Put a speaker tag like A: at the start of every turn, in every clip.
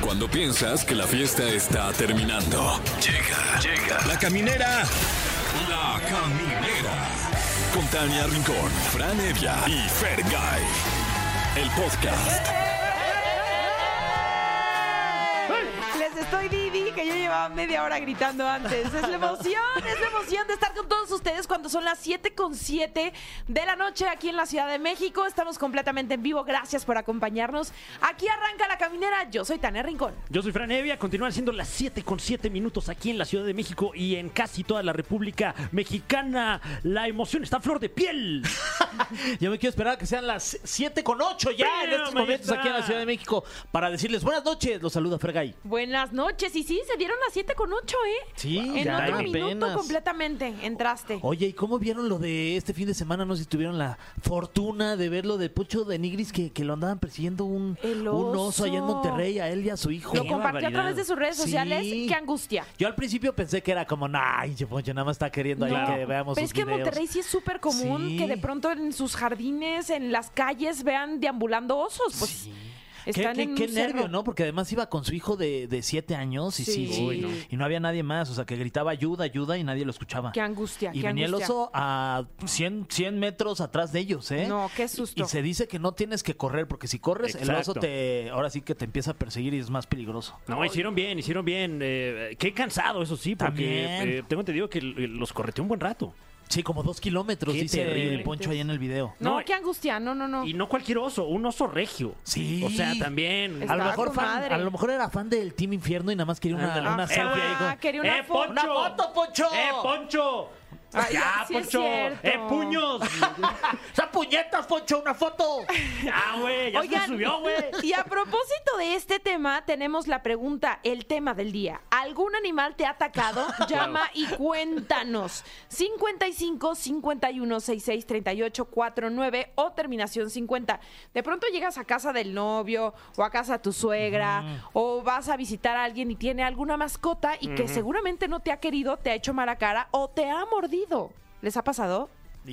A: Cuando piensas que la fiesta está terminando. Llega, llega. La caminera. La caminera. Con Tania Rincón, Fran Evia y Fergay. El podcast.
B: Les estoy Didi, que yo llevaba media hora gritando antes. Es la emoción, es la emoción de estar con todos ustedes cuando son las 7 con 7 de la noche aquí en la Ciudad de México. Estamos completamente en vivo. Gracias por acompañarnos. Aquí arranca la caminera. Yo soy Tania Rincón.
C: Yo soy Fran Evia, continúan siendo las 7 con 7 minutos aquí en la Ciudad de México y en casi toda la República Mexicana. La emoción está a flor de piel.
D: Yo me quiero esperar a que sean las 7 con 8 ya en
C: Pero,
D: estos
C: maestra.
D: momentos aquí en la Ciudad de México para decirles buenas noches. Los saluda Fergay.
B: Buenas noches. Y sí, se dieron las 7 con 8, ¿eh?
D: Sí,
B: en
D: ya,
B: otro minuto
D: apenas. Oh,
B: completamente entraste.
D: Oye, ¿y cómo vieron lo de este fin de semana? No sé si tuvieron la fortuna de ver lo de Pucho de Nigris que, que lo andaban persiguiendo un,
B: El
D: un oso allá en
B: oso.
D: Monterrey, a él y a su hijo.
B: Lo compartió a través de sus redes
D: Sí.
B: sociales. ¡Qué angustia!
D: Yo al principio pensé que era como, ay, che, Poncho, nada más está queriendo ahí
B: No,
D: que veamos
B: Pero
D: sus
B: es que en
D: videos".
B: Monterrey sí es súper común
D: Sí.
B: que de pronto en sus jardines, en las calles, vean deambulando osos. Pues
D: Sí. Qué,
B: están
D: qué-
B: en
D: qué
B: un cerro.
D: nervio, ¿no? Porque además iba con su hijo de, de siete años y
B: Sí.
D: sí,
B: Uy, no.
D: y no había nadie más, o sea, que gritaba ayuda, ayuda y nadie lo escuchaba.
B: Qué angustia,
D: Y
B: qué
D: venía
B: angustia.
D: el oso a 100, 100 metros atrás de ellos, ¿eh?
B: No, qué susto.
D: Y, y se dice que no tienes que correr, porque si corres, el oso
C: Exacto.
D: te, ahora sí que te empieza a perseguir y es más peligroso.
C: No, hicieron bien, hicieron bien. Eh, qué cansado, eso sí,
D: También.
C: porque eh, tengo entendido que l- los correteó un buen rato.
D: Sí, como dos kilómetros,
C: Qué
D: dice
C: terrible.
D: Poncho ahí en el video.
B: No,
C: No,
B: qué angustia, no, no, no.
C: Y no cualquier oso, un oso regio.
D: Sí.
C: O sea, también.
B: Está
D: A lo, mejor
B: con
D: fan,
B: madre.
D: a lo mejor era fan del Team Infierno y nada más quería
C: Ándale.
D: una, una
C: Ah,
D: selfie ahí con-
B: Ah, quería una
C: ¡Eh,
B: foto.
C: Poncho!
D: ¡Una foto, Poncho!
C: ¡Eh, Poncho!
B: Ay,
C: ¡Ya,
B: sí es
C: Poncho!
B: cierto.
C: ¡Eh, puños!
D: ¡Esa puñetas, Poncho! ¡Una foto!
C: ¡Ya, güey! ¡Ya
B: Oigan,
C: se subió, güey!
B: y a propósito de este tema, tenemos la pregunta, el tema del día. ¿Algún animal te ha atacado? Llama y cuéntanos. 55 51 66 38 49 o terminación 50. De pronto llegas a casa del novio o a casa de tu suegra o vas a visitar a alguien y tiene alguna mascota y que seguramente no te ha querido, te ha hecho mala cara o te ha mordido. ¿Les ha pasado? Tú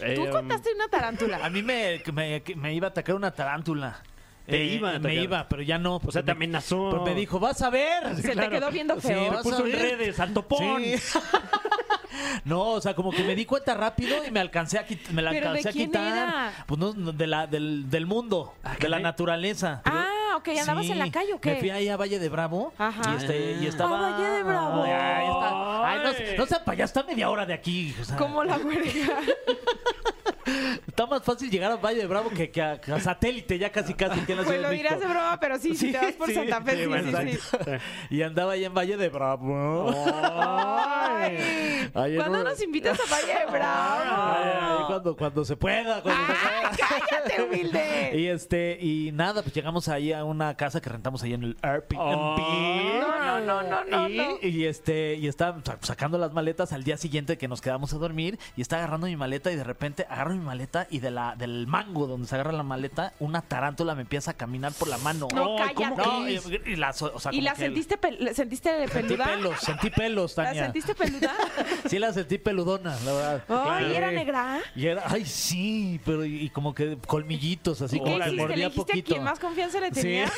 C: Eh,
B: contaste una tarántula.
D: A mí me, me- me iba a atacar una tarántula. Eh,
C: Te iba a atacar.
D: Me iba, pero ya no.
C: O sea, te amenazó.
D: Pues me dijo, vas a ver.
B: Se te quedó viendo
D: Sí,
B: feo.
C: Me
D: vas
C: puso
D: a
C: en
D: ver.
C: redes, al topón.
D: Sí. no, o sea, como que me di cuenta rápido y me alcancé a, quit- me la
B: ¿Pero de
D: alcancé a
B: quién
D: quitar.
B: era?
D: Pues no, no, de la, del, del mundo,
C: Ah,
D: de la
C: caray.
D: naturaleza.
B: Ah, ok, ¿andabas
D: Sí,
B: en la calle o qué?
D: Me fui ahí a Valle de Bravo
B: Ajá.
D: y, este, y estaba.
B: Ah, Valle de Bravo.
D: Ay, ahí está. Ay, no,
C: Ay.
D: sé- no para allá está media hora de aquí. o sea.
B: Como la huelga.
D: Está más fácil llegar a Valle de Bravo que, que a, que a satélite, ya casi casi que en la
B: Pues
D: Ciudad
B: lo
D: de
B: dirás de
D: México.
B: broma, pero sí, si te vas por
D: sí,
B: Santa Fe,
D: sí,
B: sí, sí,
D: bueno,
B: sí.
D: exacto. Y andaba ahí en Valle de Bravo.
B: Ay,
D: Ay, en
B: ¿Cuándo
D: una-
B: nos invitas a Valle de
D: Ay, ay,
B: Bravo?
D: cuando, cuando se pueda. cuando se
B: ¡Ah, cállate,
D: pueda.
B: humilde!
D: Y este, y nada, pues llegamos ahí a una casa que rentamos ahí en el Airbnb.
B: No, no, no, no,
D: y,
B: no.
D: y este, y está sa- sacando las maletas al día siguiente que nos quedamos a dormir, y está agarrando mi maleta, y de repente agarro mi maleta y de la, del mango donde se agarra la maleta, una tarántula me empieza a caminar por la mano.
B: No,
C: Ay,
B: cállate.
C: ¿cómo
D: No, y,
C: crees?
D: y la, so- o sea,
B: ¿Y
D: como
B: la
D: que el-
B: sentiste, pel- sentiste
D: Sentí
B: peluda?
D: pelos, sentí pelos,
B: ¿La
D: Tania.
B: sentiste peluda?
D: Sí, la sentí peludona, la verdad.
B: Ay,
C: Claro.
B: ¿era negra?
D: Y era, ay, sí, pero y, y como que colmillitos, así
B: ¿Y qué
D: como que
B: hiciste? ¿Le
D: mordía
B: dijiste a
D: poquito.
B: quien más confianza le
D: Sí.
B: tenía?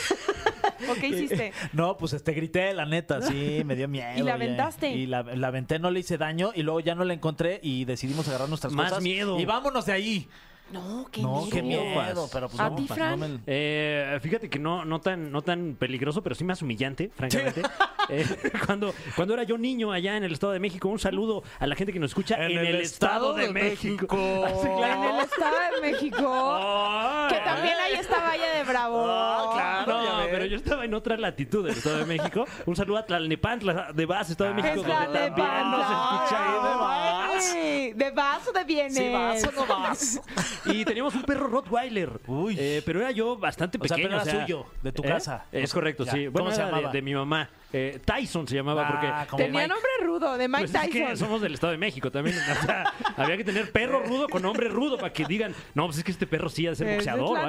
B: ¿O qué hiciste?
D: No, pues este grité, la neta, sí, me dio miedo.
B: ¿Y la
D: oye.
B: aventaste?
D: Y la, la aventé, no le hice daño y luego ya no la encontré y decidimos agarrar nuestras
C: Más
D: cosas.
C: miedo.
D: Y vámonos de ahí.
B: No, qué
D: no,
B: nervios.
D: qué miedo, pero pues
B: ¿A
D: vamos,
B: ti,
D: pa-
B: Fran?
D: no me-
C: Eh, fíjate que no, no, tan, no tan peligroso, pero sí más humillante, francamente. Eh, cuando, cuando era yo niño allá en el Estado de México, un saludo a la gente que nos escucha en, el, Estado, de México. Así,
B: En el
C: claro.
B: Estado de México,
C: Ay.
B: que también ahí está Valle de Bravo.
D: Ah, claro. ya
C: No,
D: ves.
C: pero yo estaba en otra latitud del Estado de México. Un saludo a Tlalnepantla de Base, Estado de México,
B: Ah, Es
D: México,
B: la
C: donde
B: de
C: también nos escucha ahí de Base.
B: vas. ¿De vas o de vienes?
D: Sí, vas o no vas.
C: Y teníamos un perro Rottweiler.
D: Uy.
C: Eh, pero era yo bastante
D: O sea,
C: pequeño.
D: pero era suyo, de tu
C: ¿Eh?
D: casa.
C: Es correcto,
D: Ya.
C: sí.
D: ¿Cómo
C: Bueno,
D: se
C: era de-
D: llamaba?
C: De, mi mamá. Eh, Tyson se llamaba
D: Ah,
C: porque.
D: como
C: eh,
B: Tenía
D: Mike.
B: nombre rudo, de Mike
C: pues es que
B: Tyson.
C: somos del Estado de México también. O sea, había que tener perro rudo con hombre rudo para que digan, no, pues es que este perro sí ha de ser
B: Es de
C: boxeador o algo. Ah.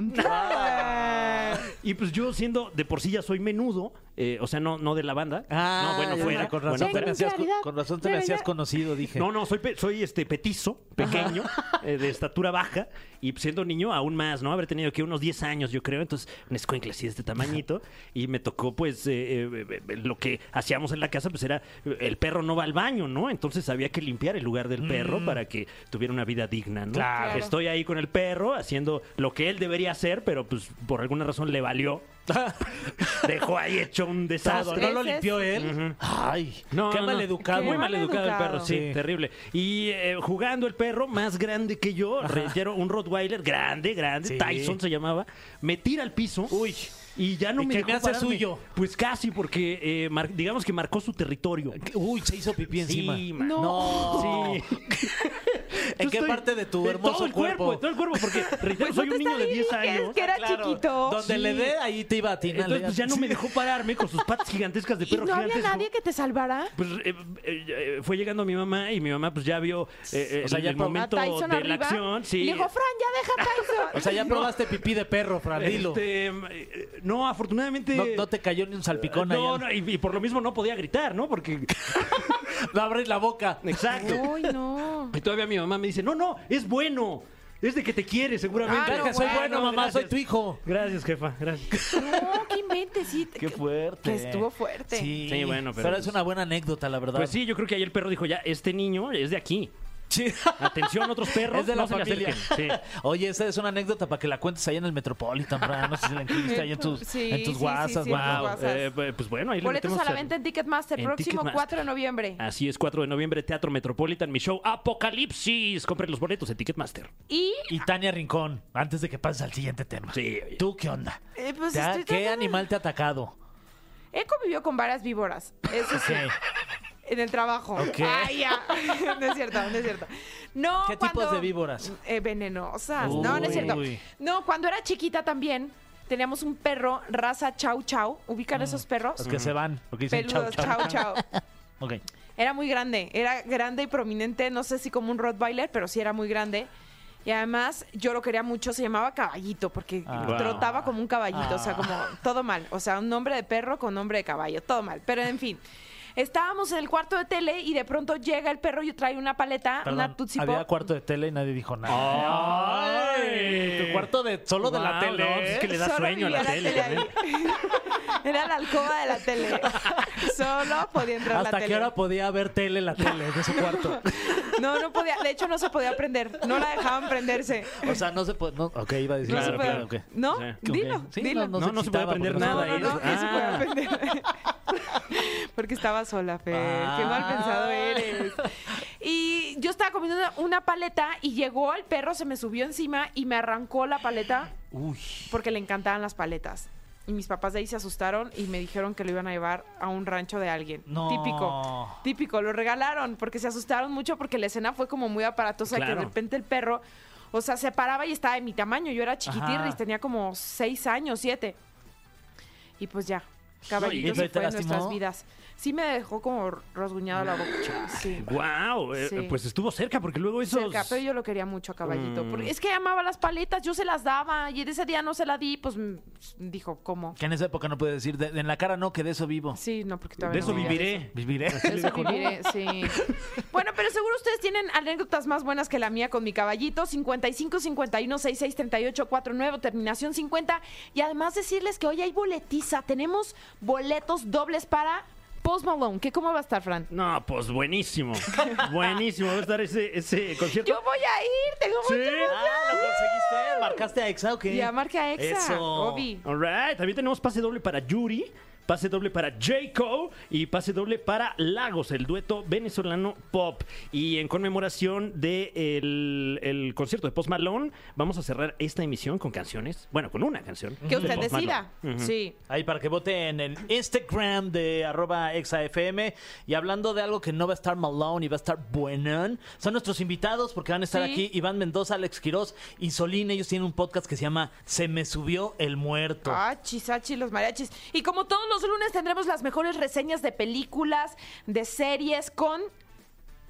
B: Tlalnepantla.
C: Y pues yo siendo de por sí ya soy menudo, eh, o sea, no, no de la banda.
D: Ah,
C: no, bueno,
D: ya,
C: fuera.
D: Con
C: bueno,
D: razón, te
C: fuera.
D: me hacías, con-
B: Claridad.
D: con razón te me
B: Pero
D: hacías
B: ya-
D: conocido, dije.
C: No, no, soy, pe- soy este petizo, pequeño, eh, de estatura baja, y siendo niño aún más, ¿no? Haber tenido que unos 10 años, yo creo, entonces un escuincle así de este tamañito, y me tocó, pues, eh, eh, eh, eh, lo que hacíamos en la casa, pues era, eh, el perro no va al baño, ¿no? Entonces había que limpiar el lugar del perro para que tuviera una vida digna, ¿no?
D: Mm. Claro.
B: Claro.
C: Estoy ahí con el perro haciendo lo que él debería hacer, pero pues por alguna razón le valió. Dejó ahí hecho un
D: Todo,
C: desastre.
D: no lo
B: veces-
D: limpió él. Ay,
C: No,
D: qué
C: no, no.
D: maleducado.
B: Qué
C: Muy mal educado el
B: maleducado.
C: perro, sí,
D: Sí.
C: terrible. Y eh, jugando el perro, más grande que yo, reitero, un Rottweiler, grande, grande,
D: Sí.
C: Tyson se llamaba, me tira al piso.
D: Uy.
C: Y ya no
D: ¿Y
C: me
D: qué
C: dejó
D: me hace
C: pararme.
D: suyo?
C: Pues casi, porque eh, mar- digamos que marcó su territorio.
D: Uy, se hizo pipí encima.
C: Sí, man.
D: No.
C: Sí.
D: ¿En
C: Yo
D: qué
C: estoy-
D: parte de tu
C: en
D: hermoso
C: todo el cuerpo?
D: cuerpo?
C: en todo el cuerpo, porque reitero,
B: Pues
C: soy
B: no
C: un
B: te
C: niño de
B: está
C: 10
B: bien, que
C: años. Ah,
B: era chiquito.
D: Donde
C: Sí.
D: le dé, ahí te iba a atinar.
C: Entonces pues, ya no me dejó pararme con sus patas gigantes de
B: ¿Y
C: perro
B: no había
C: gigantesco.
B: nadie que te salvara?
C: Pues eh, eh, eh, fue llegando mi mamá y mi mamá pues ya vio eh, eh,
D: O sea, ya
C: el
D: probó.
B: A
C: momento
B: Tyson
C: de la
B: arriba.
C: acción. Sí.
B: Le dijo, Fran, ya deja a Tyson.
D: O sea, ya probaste pipí de perro, Fran, dilo.
C: Este, eh, no, afortunadamente. Eh,
D: No, no te cayó ni un salpicón allá.
C: No, no, y, y por lo mismo no podía gritar, ¿no? Porque.
D: No abres la boca.
C: Exacto.
B: Uy, no.
C: Y todavía mi mamá me dice: No, no, es bueno. Es de que te quiere, seguramente.
B: Ah, no,
D: Deja, soy
B: bueno,
D: bueno, mamá, soy
C: gracias.
D: tu hijo.
C: Gracias, jefa. Gracias.
B: No, qué inventes. Sí, que-
D: fuerte.
B: Que estuvo fuerte.
D: Sí,
C: Sí, bueno, pero
D: es
C: pues-
D: una buena anécdota, la verdad.
C: Pues sí, yo creo que ahí el perro dijo: Ya, este niño es de aquí.
D: Sí.
C: Atención, otros perros.
D: Es de la
C: no se le
D: familia.
C: acerquen. Sí.
D: Oye, esa es una anécdota para que la cuentes ahí en el Metropolitan, Fran. No sé si la incluiste ahí en tus,
B: Sí,
D: en tus
B: sí, sí,
D: WhatsApp.
B: sí, en tus
D: guau.
C: Wow,
B: WhatsApp.
C: eh, pues bueno, ahí le
B: Boletos
C: metemos
B: a la
C: al-
B: venta en Ticketmaster,
C: en
B: próximo
C: Ticketmaster. Ah.
B: 4 de noviembre.
C: Así es, 4 de noviembre, Teatro Metropolitan, mi show Apocalipsis. Compren los boletos en Ticketmaster.
B: Y
D: Y Tania Rincón, antes de que pases al siguiente tema.
C: Sí, oye.
D: ¿Tú qué onda?
B: eh, pues,
D: ¿Te ha-
B: estoy
D: ¿Qué
B: tratando-
D: animal te ha atacado?
B: He convivido con varias víboras. Eso sí.
D: Ok.
B: En el trabajo.
D: Ok.
B: Ay, ya. no es cierto, no es cierto. No,
D: ¿Qué tipos
B: cuando-
D: de víboras?
B: Eh, venenosas. No, no es cierto.
D: Uy.
B: No, cuando era chiquita también teníamos un perro raza chau chau. ¿Ubican esos perros?
D: Los que se van, lo que Mm. dicen chau,
B: Peludos,
D: chau.
B: chau chau.
D: Ok.
B: Era muy grande, era grande y prominente, no sé si como un Rottweiler, pero sí era muy grande. Y además yo lo quería mucho, se llamaba Caballito, porque
D: Ah.
B: trotaba como un caballito, o sea,
D: Ah.
B: como todo mal. O sea, un nombre de perro con nombre de caballo, todo mal. Pero en fin, estábamos en el cuarto de tele y de pronto llega el perro y trae una paleta,
D: Perdón,
B: una Tootsie
D: había
B: Pop.
D: cuarto de tele y nadie dijo nada.
C: ¡Ay!
D: Tu cuarto de solo de la
C: Wow,
D: tele.
C: no, pues es que le da
B: Solo
C: sueño a la
B: vivía
C: tele. también.
B: ahí. Era la alcoba de la tele. Solo podía entrar la
D: ¿Hasta
B: tele.
D: qué hora podía ver tele la tele de su cuarto?
B: No, no podía. De hecho, no se podía prender. No la dejaban prenderse.
D: O sea, no se puede. No, ok, iba a decir.
B: No
C: Claro,
B: se puede.
C: claro, ok.
B: No,
C: Sí.
D: Ok.
B: dilo,
D: Sí,
B: dilo.
C: no, no se puede
D: excitaba
C: aprender
D: porque
B: No,
C: nada,
B: no,
C: ahí.
B: no, que se puede
C: Ah.
B: aprender. Porque estaba sola, Fer. Qué
C: Ah.
B: mal pensado eres. Y yo estaba comiendo una, una paleta y llegó el perro, se me subió encima y me arrancó la paleta
D: Uy.
B: porque le encantaban las paletas. Y mis papás de ahí se asustaron y me dijeron que lo iban a llevar a un rancho de alguien.
D: No.
B: Típico. Típico. Lo regalaron porque se asustaron mucho porque la escena fue como muy aparatosa que
C: Claro.
B: de repente el perro, o sea, se paraba y estaba de mi tamaño. Yo era
D: Ajá.
B: chiquitirris, tenía como seis años, siete. Y pues ya.
D: No,
B: Caballito
D: ¿y
B: se
D: te
B: fue de
D: lastimó?
B: nuestras vidas. Sí me dejó como rasguñado la boca. Sí.
C: Guau, eh,
B: Sí.
C: pues estuvo cerca porque luego esos
B: Cerca, pero yo lo quería mucho a caballito.
C: Mm.
B: Porque es que amaba las paletas, yo se las daba y en ese día no se la di, pues mm, dijo, ¿cómo?
D: Que en esa época no puede decir. de- en la cara no, que de eso vivo.
B: Sí, no, porque todavía
C: de
B: no
C: eso
B: vivía.
C: viviré.
D: Viviré. Ah,
B: De eso viviré, sí. Bueno, pero seguro ustedes tienen anécdotas más buenas que la mía con mi caballito. 55 51 66 38 49, terminación 50. Y además decirles que hoy hay boletiza. Tenemos boletos dobles para Post Malone. ¿Qué cómo va a estar, Fran?
C: No, pues buenísimo. buenísimo. Va a estar ese, ese concierto.
B: Yo voy a ir, tengo
C: Sí.
B: mucha emoción.
D: Ah, lo conseguiste. Marcaste a Exa, ok.
B: Ya marqué a Exa,
D: Eso.
B: Obi.
C: All right. También tenemos pase doble para Yuri, pase doble para Jaco y pase doble para Lagos, el dueto venezolano pop. Y en conmemoración del de el- el concierto de Post Malone, vamos a cerrar esta emisión con canciones. Bueno, con una canción.
B: Que
C: de
B: usted
C: Post Malone.
B: decida. Sí.
D: Ahí para que vote en el Instagram de arroba exafm. Y hablando de algo que no va a estar Malone y va a estar Buenan, son nuestros invitados porque van a estar
B: Sí.
D: aquí Iván Mendoza, Alex Quirós y Solín. Ellos tienen un podcast que se llama Se me subió el muerto.
B: Ah, chisachi, los mariachis. Y como todos los lunes tendremos las mejores reseñas de películas, de series con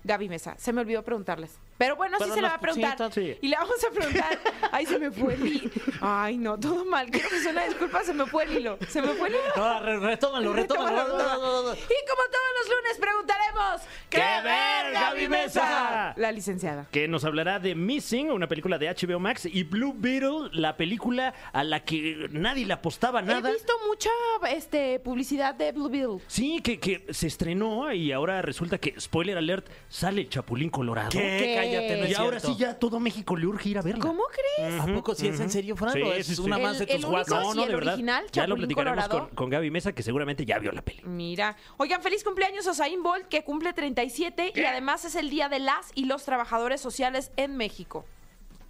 B: Gaby Mesa. Se me olvidó preguntarles. Pero bueno,
D: Pero
B: sí se le
D: las
B: va a preguntar.
D: cositas, sí.
B: Y le vamos a preguntar. Ay, se me fue el hilo. Ay, no, todo mal. Creo que es una disculpa, se me fue el hilo. Se me fue el hilo.
D: No, re- retómalo, retómalo.
B: Retómalo, retómalo. Y como todos los lunes preguntaremos
D: ¡Qué ver, Gaby Mesa?
B: La licenciada.
C: que nos hablará de Missing, una película de HBO Max, y Blue Beetle, la película a la que nadie le apostaba nada.
B: He visto mucha este, publicidad de Blue Bill.
C: Sí, que, que se estrenó y ahora resulta que, spoiler alert, sale Chapulín Colorado.
D: ¿Qué?
B: ¿Qué?
D: Cállate, no es
C: Y ahora
D: cierto.
C: sí ya todo México le urge ir a verla.
B: ¿Cómo crees?
D: ¿A poco sí es en serio, Fran?
C: Sí,
D: ¿O es
C: sí, sí.
D: una
B: El-
D: más de
B: el
D: tus
B: único
D: WhatsApp?
B: sí, el original,
C: ya lo
B: Chapulín
C: platicaremos
B: Colorado.
C: con, con Gaby Mesa, que seguramente ya vio la peli.
B: Mira. Oigan, feliz cumpleaños a Usain Bolt, que cumple 37 y además es el Día de las y los Trabajadores Sociales en México.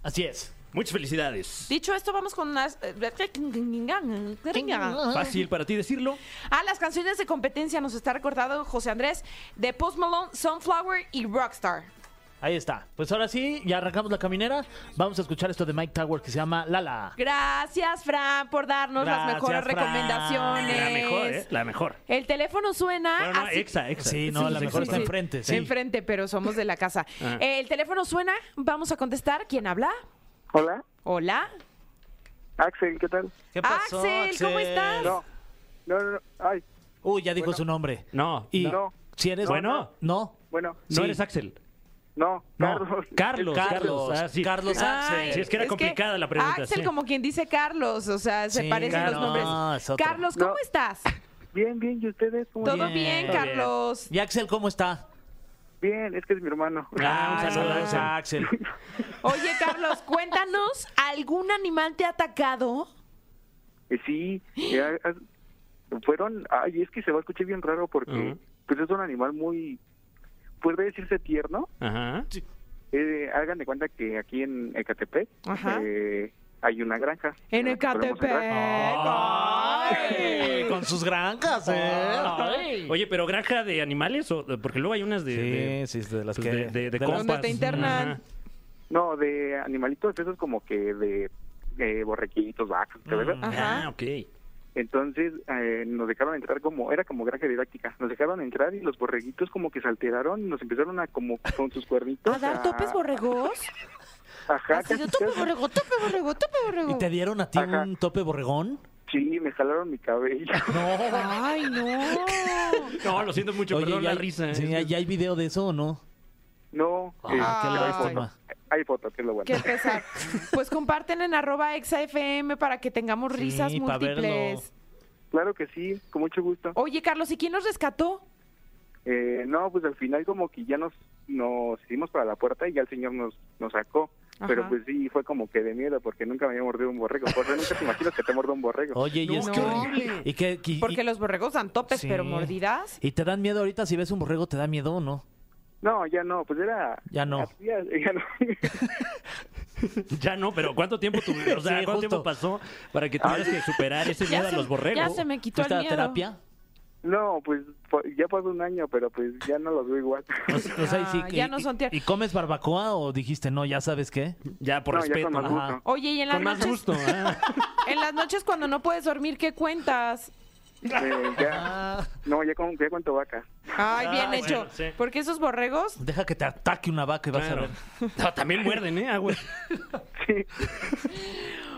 D: Así es.
C: Muchas felicidades.
B: Dicho esto, vamos con unas... eh, Ah.
C: Fácil para ti decirlo.
B: A Ah, las canciones de competencia nos está recordado José Andrés de Post Malone, Sunflower y Rockstar.
D: Ahí está. Pues ahora sí, ya arrancamos la caminera. Vamos a escuchar esto de Mike Tower que se llama Lala.
B: Gracias, Fran, por darnos las
D: Gracias,
B: mejores
D: Fran.
B: recomendaciones.
C: La mejor, ¿eh? La mejor.
B: El teléfono suena.
C: Bueno, no,
B: así-
C: exa, exa.
D: Sí, no, la mejor está
B: sí.
D: enfrente. Sí.
B: Enfrente, pero somos de la casa.
C: Ajá.
B: El teléfono suena, vamos a contestar. ¿Quién habla?
E: Hola,
B: Hola.
E: Axel, ¿qué tal?
D: ¿Qué
B: Ah, Axel, ¿cómo estás?
E: No, no, no, no, ay,
D: Uy, ya dijo su nombre.
C: No,
D: Y
E: No.
D: si eres.
C: Bueno.
D: No.
E: bueno,
C: no
D: sí.
C: eres Axel.
E: no,
C: No,
E: Carlos.
C: Carlos, Carlos,
D: Carlos.
C: ah, sí.
D: Carlos Axel.
B: Ay,
C: Sí, es que era complicada la pregunta,
B: Axel,
C: sí.
B: como quien dice Carlos, o sea, se
D: Sí,
B: parecen
D: Carlos.
B: los nombres.
D: No, es otro.
B: Carlos, ¿cómo
E: No.
B: estás?
E: Bien, bien, ¿y ustedes? ¿Cómo
B: Todo
E: están?
B: bien,
D: bien.
B: Carlos.
D: ¿Y Axel cómo está?
E: Bien, es que es mi hermano.
C: Ah, un saludo,
D: saludos a Axel.
B: Oye, Carlos, cuéntanos, ¿algún animal te ha atacado?
E: Eh, Sí, eh, ah, ah, fueron, ay, es que se va a escuchar bien raro porque
C: Ujú.
E: pues es un animal muy, puede decirse tierno.
C: Ajá.
E: Eh, hagan de cuenta que aquí en Ecatepec
B: Ajá.
E: eh, hay una granja.
B: En el
E: Podemos entrar.
D: Ay, con sus granjas, ¿eh? Ay.
C: Oye, pero granja de animales, o, porque luego hay unas de. de-
D: sí, de
C: pues, de, de, de
B: Donde
D: de las-
B: te
C: compas.
B: internan.
C: Ajá.
E: No, de animalitos, eso es como que de eh, borrequitos, vacas, ¿verdad?
B: Ajá.
C: Ah, ok.
E: Entonces eh, nos dejaron entrar como, era como granja didáctica, nos dejaron entrar y los borreguitos como que se alteraron y nos empezaron a como con sus cuernitos.
B: ¿A dar topes borregos?
E: Ajá,
B: Así
E: casi,
B: de, tope
E: casi.
B: borrego, tope borrego, tope borrego.
D: ¿Y te dieron a ti
E: Ajá.
D: un tope borregón?
E: Sí, me jalaron mi cabello.
B: Ay, no.
C: No, lo siento mucho, perdón
D: ¿y
C: la
D: hay-
C: risa. ¿eh?
D: Sí,
C: Es-
D: ¿y hay video de eso o no?
E: No,
D: Ah,
E: eh,
D: qué
E: hay
D: lástima.
E: foto, hay foto, que es lo bueno.
B: Qué pesar. Pues comparten en arroba exafm para que tengamos
D: Sí,
B: risas
D: pa' verlo.
B: múltiples.
E: Claro que sí, con mucho gusto.
B: Oye, Carlos, ¿y quién nos rescató?
E: Eh, no, pues al final como que ya nos nos hicimos para la puerta y ya el señor nos nos sacó.
B: Ajá.
E: Pero pues sí, fue como que de miedo porque nunca me había mordido un borrego. Por nunca te imaginas que te muerde un borrego.
D: Oye, y
C: No,
D: es
B: qué
D: que-
C: horrible.
D: ¿Y qué, y-
B: Porque
D: y-
B: los borregos dan topes,
D: Sí.
B: pero mordidas.
D: ¿Y te dan miedo ahorita si ves un borrego? ¿Te da miedo o no?
E: No, ya no, pues era...
D: Ya no.
E: Ya, ya no.
C: Ya no, pero ¿cuánto tiempo tu- o sea,
D: Sí,
C: cuánto
D: justo.
C: tiempo pasó para que tuvieras que superar ese miedo a los borregos?
B: ya se me quitó el
D: ¿Fuiste a
B: miedo.
D: terapia?
E: No, pues po- ya pasó un año, pero pues ya no los veo igual.
D: O sea, o sea, y Pues, sí
B: Ah,
D: que-
B: ya no son tier-
D: ¿Y comes barbacoa o dijiste no? Ya sabes qué.
C: Ya, por
E: no, ya
C: respeto.
E: con más
C: ajá.
E: gusto.
B: Oye, y en las
C: Con más
B: noches,
C: gusto.
D: ¿eh?
C: ah.
B: en las noches cuando no puedes dormir, ¿qué cuentas?
E: Eh, ya,
D: Ah,
E: no, ya con, ya cuento vaca.
B: Ay,
D: Ah,
B: bien
D: bueno,
B: hecho.
C: sí.
B: Porque esos borregos
D: deja que te ataque una vaca y vas a
C: Claro.
D: ver.
C: No, también muerden, ¿eh? Ah, güey.
E: Sí.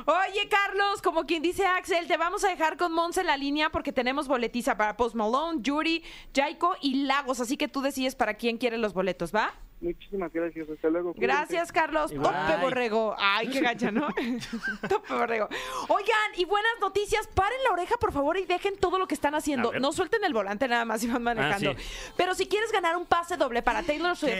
B: Oye, Carlos, como quien dice Axel, te vamos a dejar con Monse en la línea porque tenemos boletiza para Post Malone, Yuri, Jaiko y Lagos. Así que tú decides para quién quieres los boletos, ¿va?
E: Muchísimas gracias, hasta luego. cuídense.
B: Gracias, Carlos.
D: Igual.
B: Tope borrego. Ay, qué gacha, ¿no? Tope borrego. Oigan, y buenas noticias. Paren la oreja, por favor, y dejen todo lo que están
C: A
B: haciendo.
C: ver.
B: No suelten el volante nada más si van manejando.
C: Ah, sí.
B: Pero si quieres ganar un pase doble para Taylor Swift,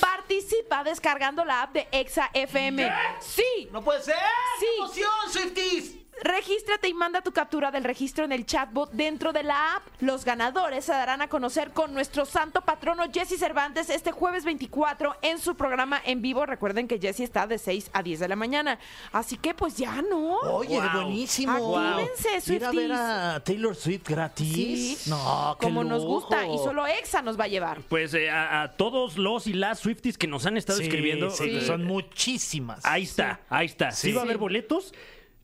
B: participa descargando la app de Exa FM. Sí.
D: ¡No puede ser!
B: Sí.
D: ¡Qué ¡Emoción, Swifties!
B: Regístrate y manda tu captura del registro en el chatbot dentro de la app. Los ganadores se darán a conocer con nuestro santo patrono Jesse Cervantes este jueves 24 en su programa en vivo. Recuerden que Jesse está de 6 a 10 de la mañana. Así que pues ya no.
D: Oye,
C: Wow.
D: buenísimo.
B: Actívense,
D: Ir a ver
B: Swifties.
D: a Taylor Swift gratis.
B: Sí.
D: No, qué
B: Como nos
D: lujo.
B: gusta y solo Exa nos va a llevar.
C: Pues eh, a, a todos los y las Swifties que nos han estado
D: Sí,
C: escribiendo.
D: sí,
C: eh,
D: son muchísimas.
C: Ahí está, ahí está. Si
D: Sí.
C: va a haber boletos,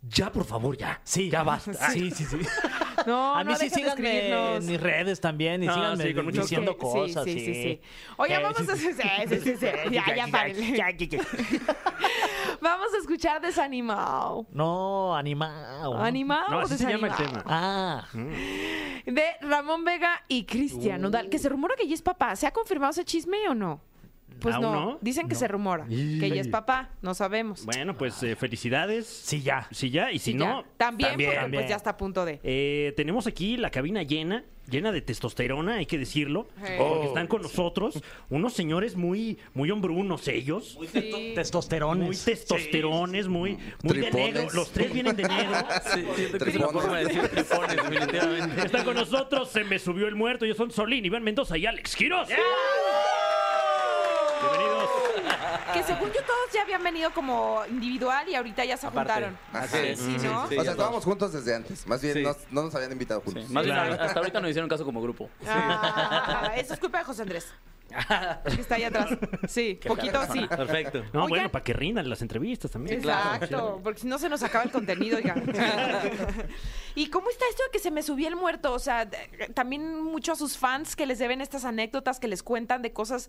C: ya por favor, ya.
D: Sí,
C: ya basta.
D: Sí, sí, sí.
B: No,
D: a mí
B: no
D: sí
B: dejen de
D: síganme
B: escribirnos.
D: en mis redes también y
C: No,
D: síganme
C: sí, con mucho
D: diciendo
B: Sí,
D: cosas.
B: Sí, sí, sí. sí. Oye,
D: Eh,
B: vamos a... Sí, sí, sí, sí. Ya, ya, párenle. Vamos a escuchar Desanimado.
D: No, animado.
B: ¿Animado
C: No,
B: o
C: así se llama el
B: desanimado?
C: tema.
D: Ah,
B: De Ramón Vega y
C: Uh.
B: Cristian Nodal, que se rumora que ya es papá. ¿Se ha confirmado ese chisme o no? Pues
C: ¿Aún
B: no.
C: no?
B: Dicen que se rumora.
C: Y-
B: Que ya es papá. No sabemos.
C: Bueno, pues eh, felicidades.
D: sí, ya.
C: Si ya, y si
B: Sí,
C: no,
B: ya. También, porque
D: también.
B: pues ya está a punto de.
C: Eh, tenemos aquí la cabina llena, llena de testosterona, hay que decirlo.
B: Hey.
C: Porque están con nosotros unos señores muy, muy hombrunos ellos.
D: Muy
B: testo-
D: testosterones.
C: Muy testosterones, muy, muy de
F: Tripones.
C: negro. Los tres vienen de negro.
F: Tripones.
C: Está con nosotros, se me subió el muerto. Ellos son Solín, Iván Mendoza y Alex Quiroz. Bienvenidos.
B: Que según yo todos ya habían venido como individual y ahorita ya se juntaron.
F: Así
B: Sí,
F: es.
B: sí, ¿no?
F: o sea, estábamos juntos desde antes. Más bien,
G: Sí.
F: no, no nos habían invitado juntos.
G: Más bien,
C: Claro.
G: hasta ahorita nos hicieron caso como grupo.
B: Ah, eso es culpa de José Andrés. Que está ahí atrás. Sí, poquito sí.
G: Perfecto.
C: No,
B: Oigan.
C: bueno, para que rindan las entrevistas también.
B: Exacto, porque si no se nos acaba el contenido, oiga. ¿Y cómo está esto de que se me subió el muerto? O sea, de- también mucho a sus fans que les deben estas anécdotas, que les cuentan de cosas,